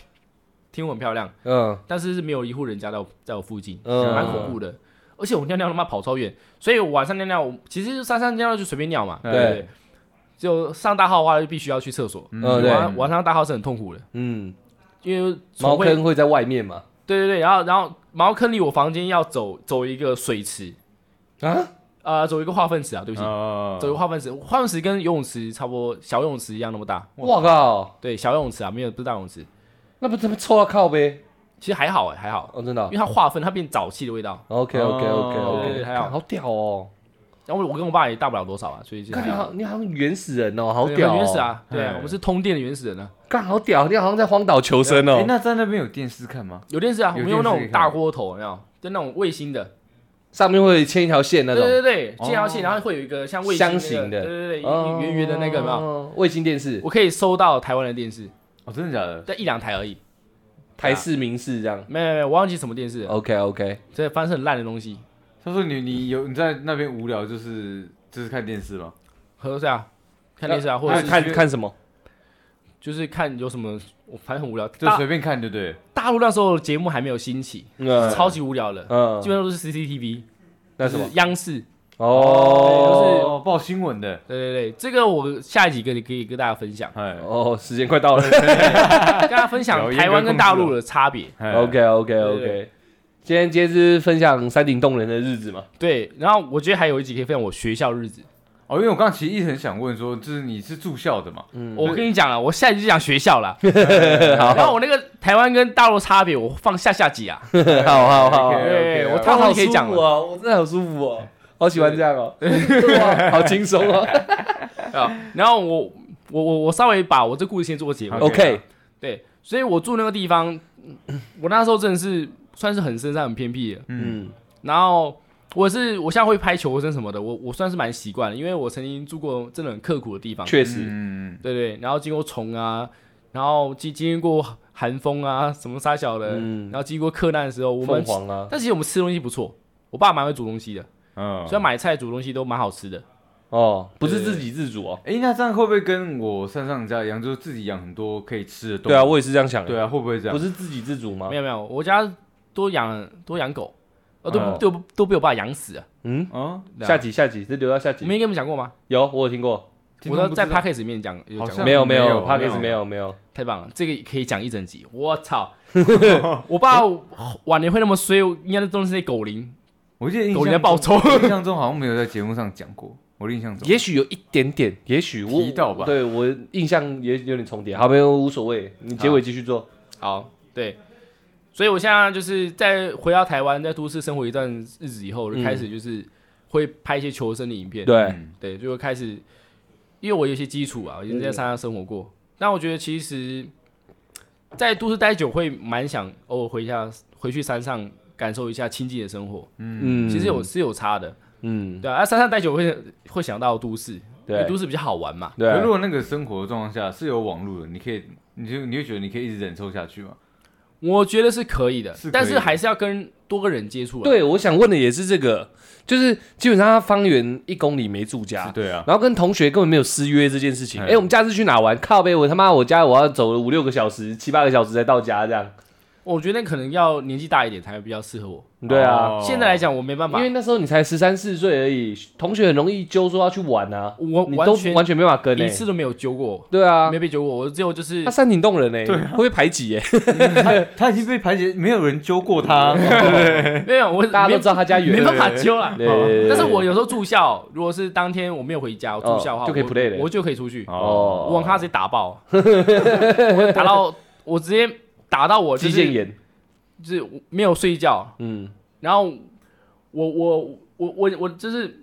Speaker 3: 天空很漂亮，
Speaker 1: 嗯
Speaker 3: 但是是没有一户人家在我在我附近，
Speaker 1: 嗯
Speaker 3: 蛮恐怖的。而且我尿尿他妈跑超远，所以我晚上尿尿，我其实山上尿尿就随便尿嘛，
Speaker 2: 对
Speaker 3: 对，就上大号的话就必须要去厕所，
Speaker 1: 嗯对
Speaker 3: 晚晚上大号是很痛苦的，
Speaker 1: 嗯，
Speaker 3: 因为
Speaker 1: 茅
Speaker 3: 虫会，
Speaker 1: 坑会在外面嘛？
Speaker 3: 对对对，然后然后茅坑离我房间要走走一个水池，
Speaker 1: 啊，
Speaker 3: 呃，走一个化粪池啊，对不
Speaker 1: 嗯
Speaker 3: 起，
Speaker 2: 哦
Speaker 3: 走一个化粪池，化粪池跟游泳池差不多，小游泳池一样那么大，
Speaker 1: 我靠，
Speaker 3: 对，小游泳池啊，没有不是大游泳池，
Speaker 1: 那不怎么臭到靠呗？
Speaker 3: 其实还好哎、还好，
Speaker 1: 哦，真
Speaker 3: 因
Speaker 1: 的
Speaker 3: 为它化粪，它变沼气的味道。
Speaker 1: ，OK OK OK
Speaker 3: 对
Speaker 1: OK，
Speaker 3: 对还好
Speaker 1: 好屌哦，
Speaker 3: 然后我我跟我爸也大不了多少啊，所以就
Speaker 1: 看
Speaker 3: 还
Speaker 1: 你
Speaker 3: 好。
Speaker 1: 好，你好像原始人哦，好屌，
Speaker 3: 对原始！啊，对啊，
Speaker 2: 嗯
Speaker 3: 我们是通电的原始人啊，
Speaker 1: 干好屌，你好像在荒岛求生
Speaker 2: 哎
Speaker 1: 哦，。
Speaker 2: 那在那边有电视看吗？
Speaker 3: 有电视啊，我
Speaker 2: 有
Speaker 3: 们用那
Speaker 2: 电
Speaker 3: 种
Speaker 2: 视可以看
Speaker 3: 大锅头，有没有？就那种卫星的，
Speaker 1: 上面会牵一条线那
Speaker 3: 对
Speaker 1: 种
Speaker 3: 对对，进条线，
Speaker 2: 哦
Speaker 3: 然后会有一个像卫星那
Speaker 1: 箱
Speaker 3: 个
Speaker 1: 型的
Speaker 3: 对对
Speaker 1: 哦
Speaker 3: 对，圆圆的那个，啊有没有？
Speaker 1: 卫星电视，
Speaker 3: 我可以收到台湾的电视，
Speaker 2: 哦，真的假的？
Speaker 3: 但一两台而已，
Speaker 1: 台视、民视这样。
Speaker 3: 没有没有没有，我忘记什么电视了，
Speaker 1: OK OK，
Speaker 3: 这翻是很烂的东西。
Speaker 2: 他说你你有你在那边无聊就是就是看电视吗？
Speaker 3: 喝是啊，看电视啊，或者
Speaker 1: 那
Speaker 3: 是
Speaker 1: 呃看
Speaker 3: 去
Speaker 1: 看什么？
Speaker 3: 就是看有什么，我反正很无聊。
Speaker 2: 就
Speaker 3: 大
Speaker 2: 随便看对不对？
Speaker 3: 大陆那时候节目还没有兴起，
Speaker 1: 嗯
Speaker 3: 超级无聊的，
Speaker 1: 嗯
Speaker 3: 基，本上都是 CCTV，
Speaker 1: 那什么？
Speaker 3: 央视。
Speaker 1: 哦，
Speaker 2: 哦，报新闻的，，
Speaker 3: 对对对，这个我下一集跟你可以跟大家 分享
Speaker 2: 哎
Speaker 1: 哦，时间快到了。
Speaker 3: 跟大家分享
Speaker 2: 有严格
Speaker 3: 台湾跟
Speaker 2: 控制
Speaker 3: 大
Speaker 2: 哦
Speaker 3: 陆的差别。
Speaker 2: 哎
Speaker 1: OK OK
Speaker 3: 对
Speaker 1: OK，今天今天是分享山顶洞人的日子嘛？
Speaker 3: 对，然后我觉得还有一集可以分享我学校日子。
Speaker 2: 哦，因为我刚刚其实一直很想问说，就是你是住校的嘛？
Speaker 1: 嗯
Speaker 3: 我跟你讲了，我下一集就讲学校 了。然后我那个台湾跟大陆差别，我放下下集啊。
Speaker 1: 好好好，
Speaker 2: OK，OK，OK
Speaker 3: 对我
Speaker 1: 他
Speaker 3: 套
Speaker 1: 好
Speaker 3: 路可
Speaker 1: 舒
Speaker 3: 以讲
Speaker 1: 服
Speaker 3: 了。
Speaker 1: 哦，我真的好舒服哦，好喜欢这样 哦，对啊好轻松哦。
Speaker 3: 啊然后我我我我稍微把我这故事先做个结尾。
Speaker 2: 好
Speaker 1: OK，
Speaker 3: 对，所以我住那个地方，我那时候真的是算是很深山很偏僻的。
Speaker 1: 嗯
Speaker 3: 然后我是我现在会拍求生什么的，我我算是蛮习惯的，因为我曾经住过真的很刻苦的地方。
Speaker 1: 确实，
Speaker 2: 嗯，
Speaker 3: 对对，然后经过虫啊，然后经经历过寒风啊，什么沙小的，
Speaker 1: 嗯
Speaker 3: 然后经过克难的时候，我
Speaker 1: 凤
Speaker 3: 们
Speaker 1: 凰啊，
Speaker 3: 但其实我们吃东西不错，我爸蛮会煮东西的，
Speaker 2: 嗯
Speaker 3: 所以买菜煮东西都蛮好吃的。
Speaker 1: 哦，不是自给自足哦。
Speaker 2: 哎，那这样会不会跟我上上家一样，就是自己养很多可以吃的动物？
Speaker 1: 对啊，我也是这样想的。
Speaker 2: 对啊，会不会这样？
Speaker 1: 不是自给自足吗
Speaker 3: 没？有没有，我家多养多养狗，呃，都、
Speaker 1: 啊
Speaker 2: 哦
Speaker 3: 都都被我爸养死了。
Speaker 1: 嗯，
Speaker 2: 啊，
Speaker 3: 对啊
Speaker 1: 下集下集，这留到下
Speaker 3: 我
Speaker 1: 集。
Speaker 3: 没跟你们讲过吗？
Speaker 1: 有，我有听过，
Speaker 3: 我都在
Speaker 2: 拍
Speaker 3: podcast 里面讲，有
Speaker 2: 好
Speaker 3: 讲
Speaker 2: 像
Speaker 3: 过
Speaker 1: 没有没
Speaker 2: 没
Speaker 1: 有
Speaker 2: 有
Speaker 1: p a c k a
Speaker 2: 没
Speaker 1: s
Speaker 2: 有
Speaker 1: 没有没有。
Speaker 3: 太棒了，这个可以讲一 整集。我操！我爸晚年会那么衰，应该都是那些狗龄，
Speaker 2: 我记得印
Speaker 3: 狗龄
Speaker 2: 象
Speaker 3: 在报
Speaker 2: 中，
Speaker 3: 仇。
Speaker 2: 印象中好像没有在节目上讲过。我的印象中，
Speaker 1: 也许有一点点，也许我
Speaker 2: 提到吧
Speaker 1: 对我印象也有点重叠，好，没有无所谓，你结尾继续做。
Speaker 3: 好，对，所以我现在就是在回到台湾，在都市生活一段日子以后，我就开始就是会拍一些求生的影片，
Speaker 1: 嗯对，
Speaker 2: 嗯
Speaker 3: 对，就会开始，因为我有一些基础啊，我已经在山上生活过，
Speaker 1: 嗯
Speaker 3: 但我觉得其实，在都市待久会蛮想偶尔回一下，回去山上感受一下亲近的生活，
Speaker 1: 嗯
Speaker 3: 其实有是有差的，
Speaker 1: 嗯，
Speaker 3: 对啊，啊山上待久会会想到都市，因为
Speaker 1: 对
Speaker 3: 都市比较好玩嘛，
Speaker 2: 可是
Speaker 1: 对
Speaker 2: 如，果那个生活的状况下是有网络的，你可以，你就你会觉得你可以一直忍受下去吗？
Speaker 3: 我觉得是可以的，
Speaker 2: 是可以
Speaker 3: 但是
Speaker 2: 的
Speaker 3: 还是要跟多个人接触啊，
Speaker 1: 对，我想问的也是这个，就是基本上他方圆一公里没住家，
Speaker 2: 对啊，
Speaker 1: 然后跟同学根本没有私约这件事情。
Speaker 2: 嗯
Speaker 1: 哎、我们假日去哪玩？靠呗，我他妈我家我要走了五六个小时、七八个小时才到家，这样。
Speaker 3: 我觉得可能要年纪大一点才会比较适合我。
Speaker 1: 对啊，
Speaker 2: 哦
Speaker 3: 现在来讲，我没办法，
Speaker 1: 因为那时候你才十三四岁而已，同学很容易揪说要去玩啊，
Speaker 3: 我
Speaker 1: 你
Speaker 3: 完
Speaker 1: 都
Speaker 3: 全
Speaker 1: 完全没办法跟、
Speaker 3: 一
Speaker 1: 欸。
Speaker 3: 次都没有揪过，
Speaker 1: 对啊
Speaker 3: 没，被揪过。我只有啊就是
Speaker 1: 他山顶洞人哎、会不会排挤哎、
Speaker 2: 他他已经被排解，没有人揪过他。
Speaker 3: 没有，我
Speaker 1: 大家都知道他家
Speaker 3: 没
Speaker 1: 远，
Speaker 3: 啊没办法揪啦。
Speaker 1: 对对对对
Speaker 3: 但是我有时候住校，如果是当天我没有回家，我住校的话
Speaker 1: 哦就可以
Speaker 3: 我
Speaker 1: play 了
Speaker 3: 我就可以出去。
Speaker 2: 哦，
Speaker 1: 哦，
Speaker 3: 我网咖直接打 爆，我打到我直接打到我就
Speaker 1: 肌腱
Speaker 3: 是
Speaker 1: 炎，
Speaker 3: 就是没有睡觉，
Speaker 1: 嗯，
Speaker 3: 然后我我我我我就是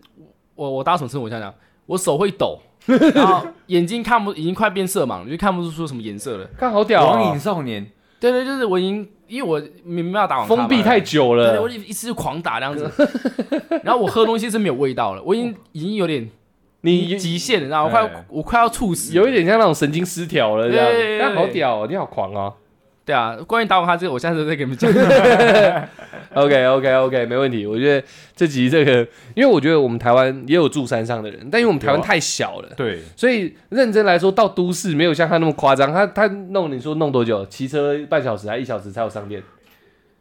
Speaker 3: 我我搭什么车？我想想，我手会 抖，然后眼睛看不已经快变色盲了，就看不出什么颜色了。
Speaker 1: 看好屌
Speaker 2: 网
Speaker 1: 啊、
Speaker 2: 瘾少年，
Speaker 3: 对对，就是我已经因为我没没办法打网咖嘛
Speaker 1: 封闭太久
Speaker 3: 对对，我
Speaker 1: 了，
Speaker 3: 一一次就狂打这样子， 然后我喝东西是没有味道了，我已经已经有点
Speaker 1: 你
Speaker 3: 极限了，然后我快要
Speaker 2: 哎
Speaker 3: 我快要猝死。
Speaker 1: 有一点像那种神经失调了这
Speaker 3: 对对对
Speaker 1: 样。看
Speaker 3: 对
Speaker 1: 好屌、哦，你好狂哦。
Speaker 3: 对啊，关于打网咖这个，我下次再给你 们讲。
Speaker 1: OK OK OK，没问题。我觉得这集这个，因为我觉得我们台湾也有住山上的人，但因为我们台湾
Speaker 2: 有啊
Speaker 1: 太小了，
Speaker 2: 对，
Speaker 1: 所以认真来说，到都市没有像他那么夸张。他他弄你说弄多久？骑车半小时还一小时才有商店，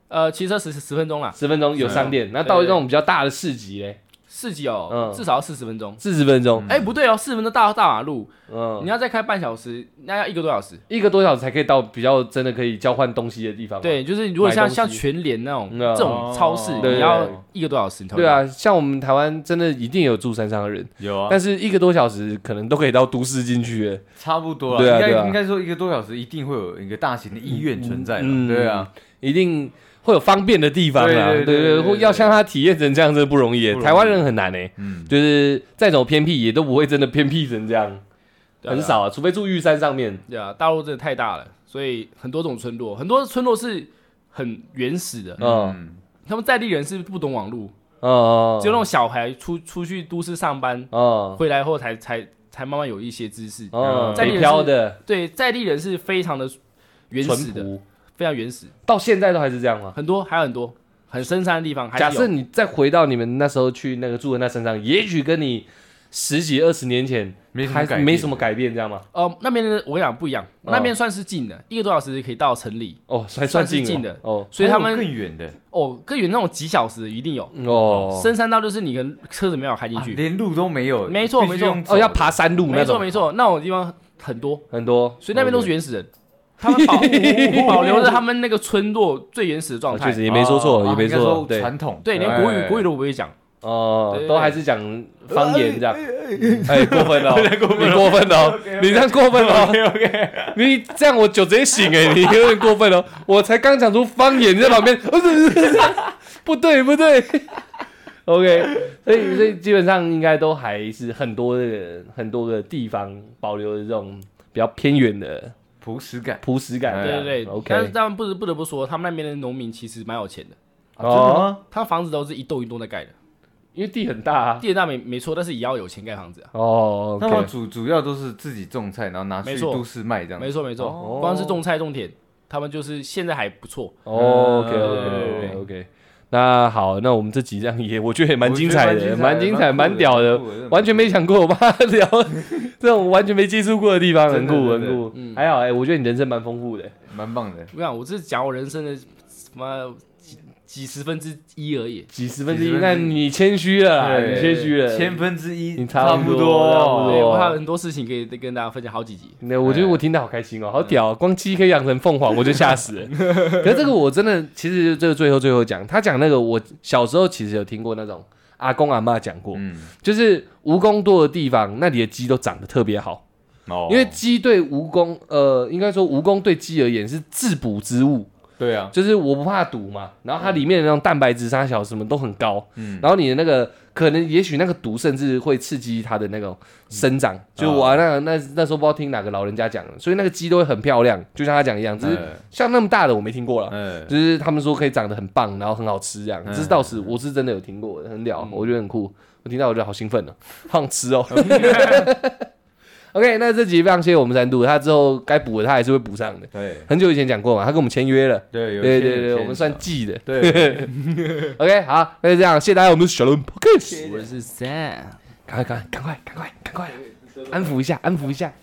Speaker 3: 呃，骑车十十分钟啦，
Speaker 1: 十分钟有商店。那到
Speaker 3: 对对
Speaker 1: 那种比较大的市集嘞，
Speaker 3: 四级哦
Speaker 1: 嗯，
Speaker 3: 至少要四十分钟。
Speaker 1: 四十分钟，
Speaker 3: 哎，不对哦，四十分钟大大马路，你
Speaker 1: 嗯，
Speaker 3: 要再开半小时，那要一个多小时。
Speaker 1: 一个多小时才可以到比较真的可以交换东西的地方。
Speaker 3: 对，就是如果像
Speaker 1: 买东西
Speaker 3: 像全联那种
Speaker 1: 嗯啊
Speaker 3: 这种超市，
Speaker 2: 哦
Speaker 3: 你
Speaker 1: 对
Speaker 3: 要一个多小时。你才会
Speaker 1: 对
Speaker 3: 到，
Speaker 1: 啊，像我们台湾真的一定有住山上的人，
Speaker 2: 有啊，
Speaker 1: 但是一个多小时可能都可以到都市进去了。
Speaker 2: 差不多
Speaker 1: 对啊
Speaker 2: 应
Speaker 1: 对啊
Speaker 2: 该应该说一个多小时一定会有一个大型的医院存在嘛。
Speaker 1: 嗯
Speaker 2: 对啊，
Speaker 1: 一定会有方便的地方啦，
Speaker 2: 对对对
Speaker 1: 对
Speaker 2: 对对
Speaker 1: 或
Speaker 2: 对
Speaker 1: 要像他体验成这样，真的不容易耶。
Speaker 2: 不容易
Speaker 1: 台湾人很难诶，
Speaker 2: 嗯，
Speaker 1: 就是再怎么偏僻，也都不会真的偏僻成这样，
Speaker 3: 对啊
Speaker 1: 很。少啊，除非住玉山上面。
Speaker 3: 对啊，大陆真的太大了，所以很多种村落，很多村落是很原始的，
Speaker 1: 嗯
Speaker 3: 他们在地人是不懂网络。
Speaker 1: 嗯，
Speaker 3: 只有那种小孩出出去都市上班，
Speaker 1: 嗯
Speaker 3: 回来后才才才慢慢有一些知识。
Speaker 1: 嗯，
Speaker 3: 在地
Speaker 1: 北
Speaker 3: 人
Speaker 1: 漂
Speaker 3: 是
Speaker 1: 的
Speaker 3: 对，在地人是非常的原
Speaker 1: 淳
Speaker 3: 始的，
Speaker 1: 朴，嗯
Speaker 3: 非常原始，
Speaker 1: 到现在都还是这样吗？
Speaker 3: 很多还有很多很深山的地方还是
Speaker 1: 假
Speaker 3: 有。
Speaker 1: 设你再回到你们那时候去那个住的那山上，也许跟你十几二十年前
Speaker 2: 没什么
Speaker 1: 还
Speaker 2: 改变
Speaker 1: 没什么改变，这样吗？
Speaker 3: 呃，那边的我跟你讲不一样，
Speaker 1: 哦
Speaker 3: 那边算是近的，一个多小时可以到城里，
Speaker 1: 哦，还
Speaker 3: 算是
Speaker 1: 近
Speaker 3: 近
Speaker 1: 了
Speaker 3: 的
Speaker 1: 哦
Speaker 3: 所以他
Speaker 2: 还有
Speaker 3: 们
Speaker 2: 更远的
Speaker 3: 哦，更远那种几小时的一定有。
Speaker 1: 哦
Speaker 3: 嗯深山道就是你跟车子没有开进
Speaker 2: 啊
Speaker 3: 去，
Speaker 2: 连路都没有，
Speaker 3: 没错
Speaker 2: 必须
Speaker 3: 没错
Speaker 2: 用走
Speaker 1: 哦哦，要爬山路那
Speaker 3: 没错
Speaker 1: 种
Speaker 3: 没错，那种地方很多，
Speaker 1: 很多，
Speaker 3: 所以那边都是
Speaker 1: 哦
Speaker 3: 原始人。他们保保留着他们那个村落最原始的状态
Speaker 1: 啊确。实也哎没说错，
Speaker 2: 哦
Speaker 1: 也没
Speaker 2: 应该说
Speaker 1: 错，对，
Speaker 2: 传统哎
Speaker 3: 对，连国语国语都不会讲，
Speaker 1: 哦，
Speaker 3: 对
Speaker 1: 都还是讲方言这样，哎，过分了哦，你过分了哦，你这样过分了，OK OK，你这样我酒直接醒哎，你有 点过分了哦，我才刚讲出方言，你在旁边， 不对不对，OK，所以所以基本上应该都还是很多的很多的地方保留着这种比较偏远的
Speaker 2: 朴实感。
Speaker 1: 朴实感，
Speaker 3: 对对对。但是
Speaker 1: 哎，OK，
Speaker 3: 他们不得不得不说，他们那边的农民其实蛮有钱的，
Speaker 2: 啊真的
Speaker 1: 哦，
Speaker 2: 吗？
Speaker 3: 他房子都是一栋一栋在盖的，
Speaker 1: 因为地很大啊，
Speaker 3: 地大没没错，但是也要有钱盖房子啊。
Speaker 1: 哦
Speaker 2: 那么
Speaker 1: ，OK，
Speaker 2: 主主要都是自己种菜，然后拿去
Speaker 3: 没错
Speaker 2: 都市卖这样。
Speaker 3: 没错没错，
Speaker 1: 哦
Speaker 3: 光是种菜种田，他们就是现在还不错。
Speaker 2: 啊
Speaker 1: 哦，OK
Speaker 3: 对对
Speaker 1: OK
Speaker 3: 对
Speaker 1: OK，那好，那我们这集这样也我觉得也蛮精彩
Speaker 2: 我觉
Speaker 1: 的，
Speaker 2: 得
Speaker 1: 蛮
Speaker 2: 蛮
Speaker 1: 精
Speaker 2: 精
Speaker 1: 彩，
Speaker 2: 彩
Speaker 1: 蛮屌的
Speaker 2: 蛮酷的真的蛮，酷
Speaker 1: 完全没想过我妈聊这种完全没接触过的地方，很
Speaker 2: 真的
Speaker 1: 酷很
Speaker 2: 真的嗯
Speaker 1: 酷。还好哎，我觉得你人生蛮丰富的。
Speaker 2: 蛮棒的。
Speaker 3: 我想，我这是讲我人生的什么几几十分之一而已。
Speaker 1: 几十分之
Speaker 2: 几
Speaker 1: 一
Speaker 2: 十，分之
Speaker 1: 那你谦虚了啦，
Speaker 2: 对
Speaker 1: 你谦虚了。
Speaker 2: 千分之一，
Speaker 1: 你差
Speaker 2: 差
Speaker 1: 不多差不
Speaker 3: 对
Speaker 1: 多
Speaker 2: 多。
Speaker 3: 我还有很多事情可以跟大家分享好几集。
Speaker 1: 那我觉得我听得好开心哦，好屌哦！光鸡可以养成凤凰，我就吓死了。
Speaker 2: 嗯
Speaker 1: 可是这个我真的，其实这个最后最后讲，他讲那个，我小时候其实有听过那种阿公阿妈讲过，
Speaker 2: 嗯，
Speaker 1: 就是蜈蚣多的地方，那里的鸡都长得特别好，
Speaker 2: 哦
Speaker 1: 因为鸡对蜈蚣，呃，应该说蜈蚣对鸡而言是自补之物，
Speaker 2: 对啊，
Speaker 1: 就是我不怕毒嘛，然后它里面的那种蛋白质、沙小什么都很高，
Speaker 2: 嗯，
Speaker 1: 然后你的那个可能也许那个毒甚至会刺激它的那种生
Speaker 2: 嗯
Speaker 1: 长，就我、啊、那
Speaker 2: 哦
Speaker 1: 个那那时候不知道听哪个老人家讲的，所以那个鸡都会很漂亮，就像他讲一样，只是
Speaker 2: 嗯
Speaker 1: 像那么大的我没听过了，
Speaker 2: 嗯，
Speaker 1: 就是他们说可以长得很棒，然后很好吃这样，这是倒是我是真的有听过，很屌，
Speaker 2: 嗯
Speaker 1: 我觉得很酷，我听到我觉得好兴 奋哦，好想吃哦。OK，那这集非常谢谢我们三度，他之后该补的他还是会补上的。
Speaker 2: 对
Speaker 1: 很久以前讲过嘛，他跟我们签约了，
Speaker 2: 哎对有
Speaker 1: 对
Speaker 2: 一些
Speaker 1: 对
Speaker 2: 有一
Speaker 1: 对，
Speaker 2: 些
Speaker 1: 我们算记的。
Speaker 2: 对，
Speaker 1: OK，好，那就这样，谢谢大家，我们是小伦 p o c k e t
Speaker 3: 我是 Sam。
Speaker 1: 赶快赶快赶快赶快赶快，安抚一下安抚一下，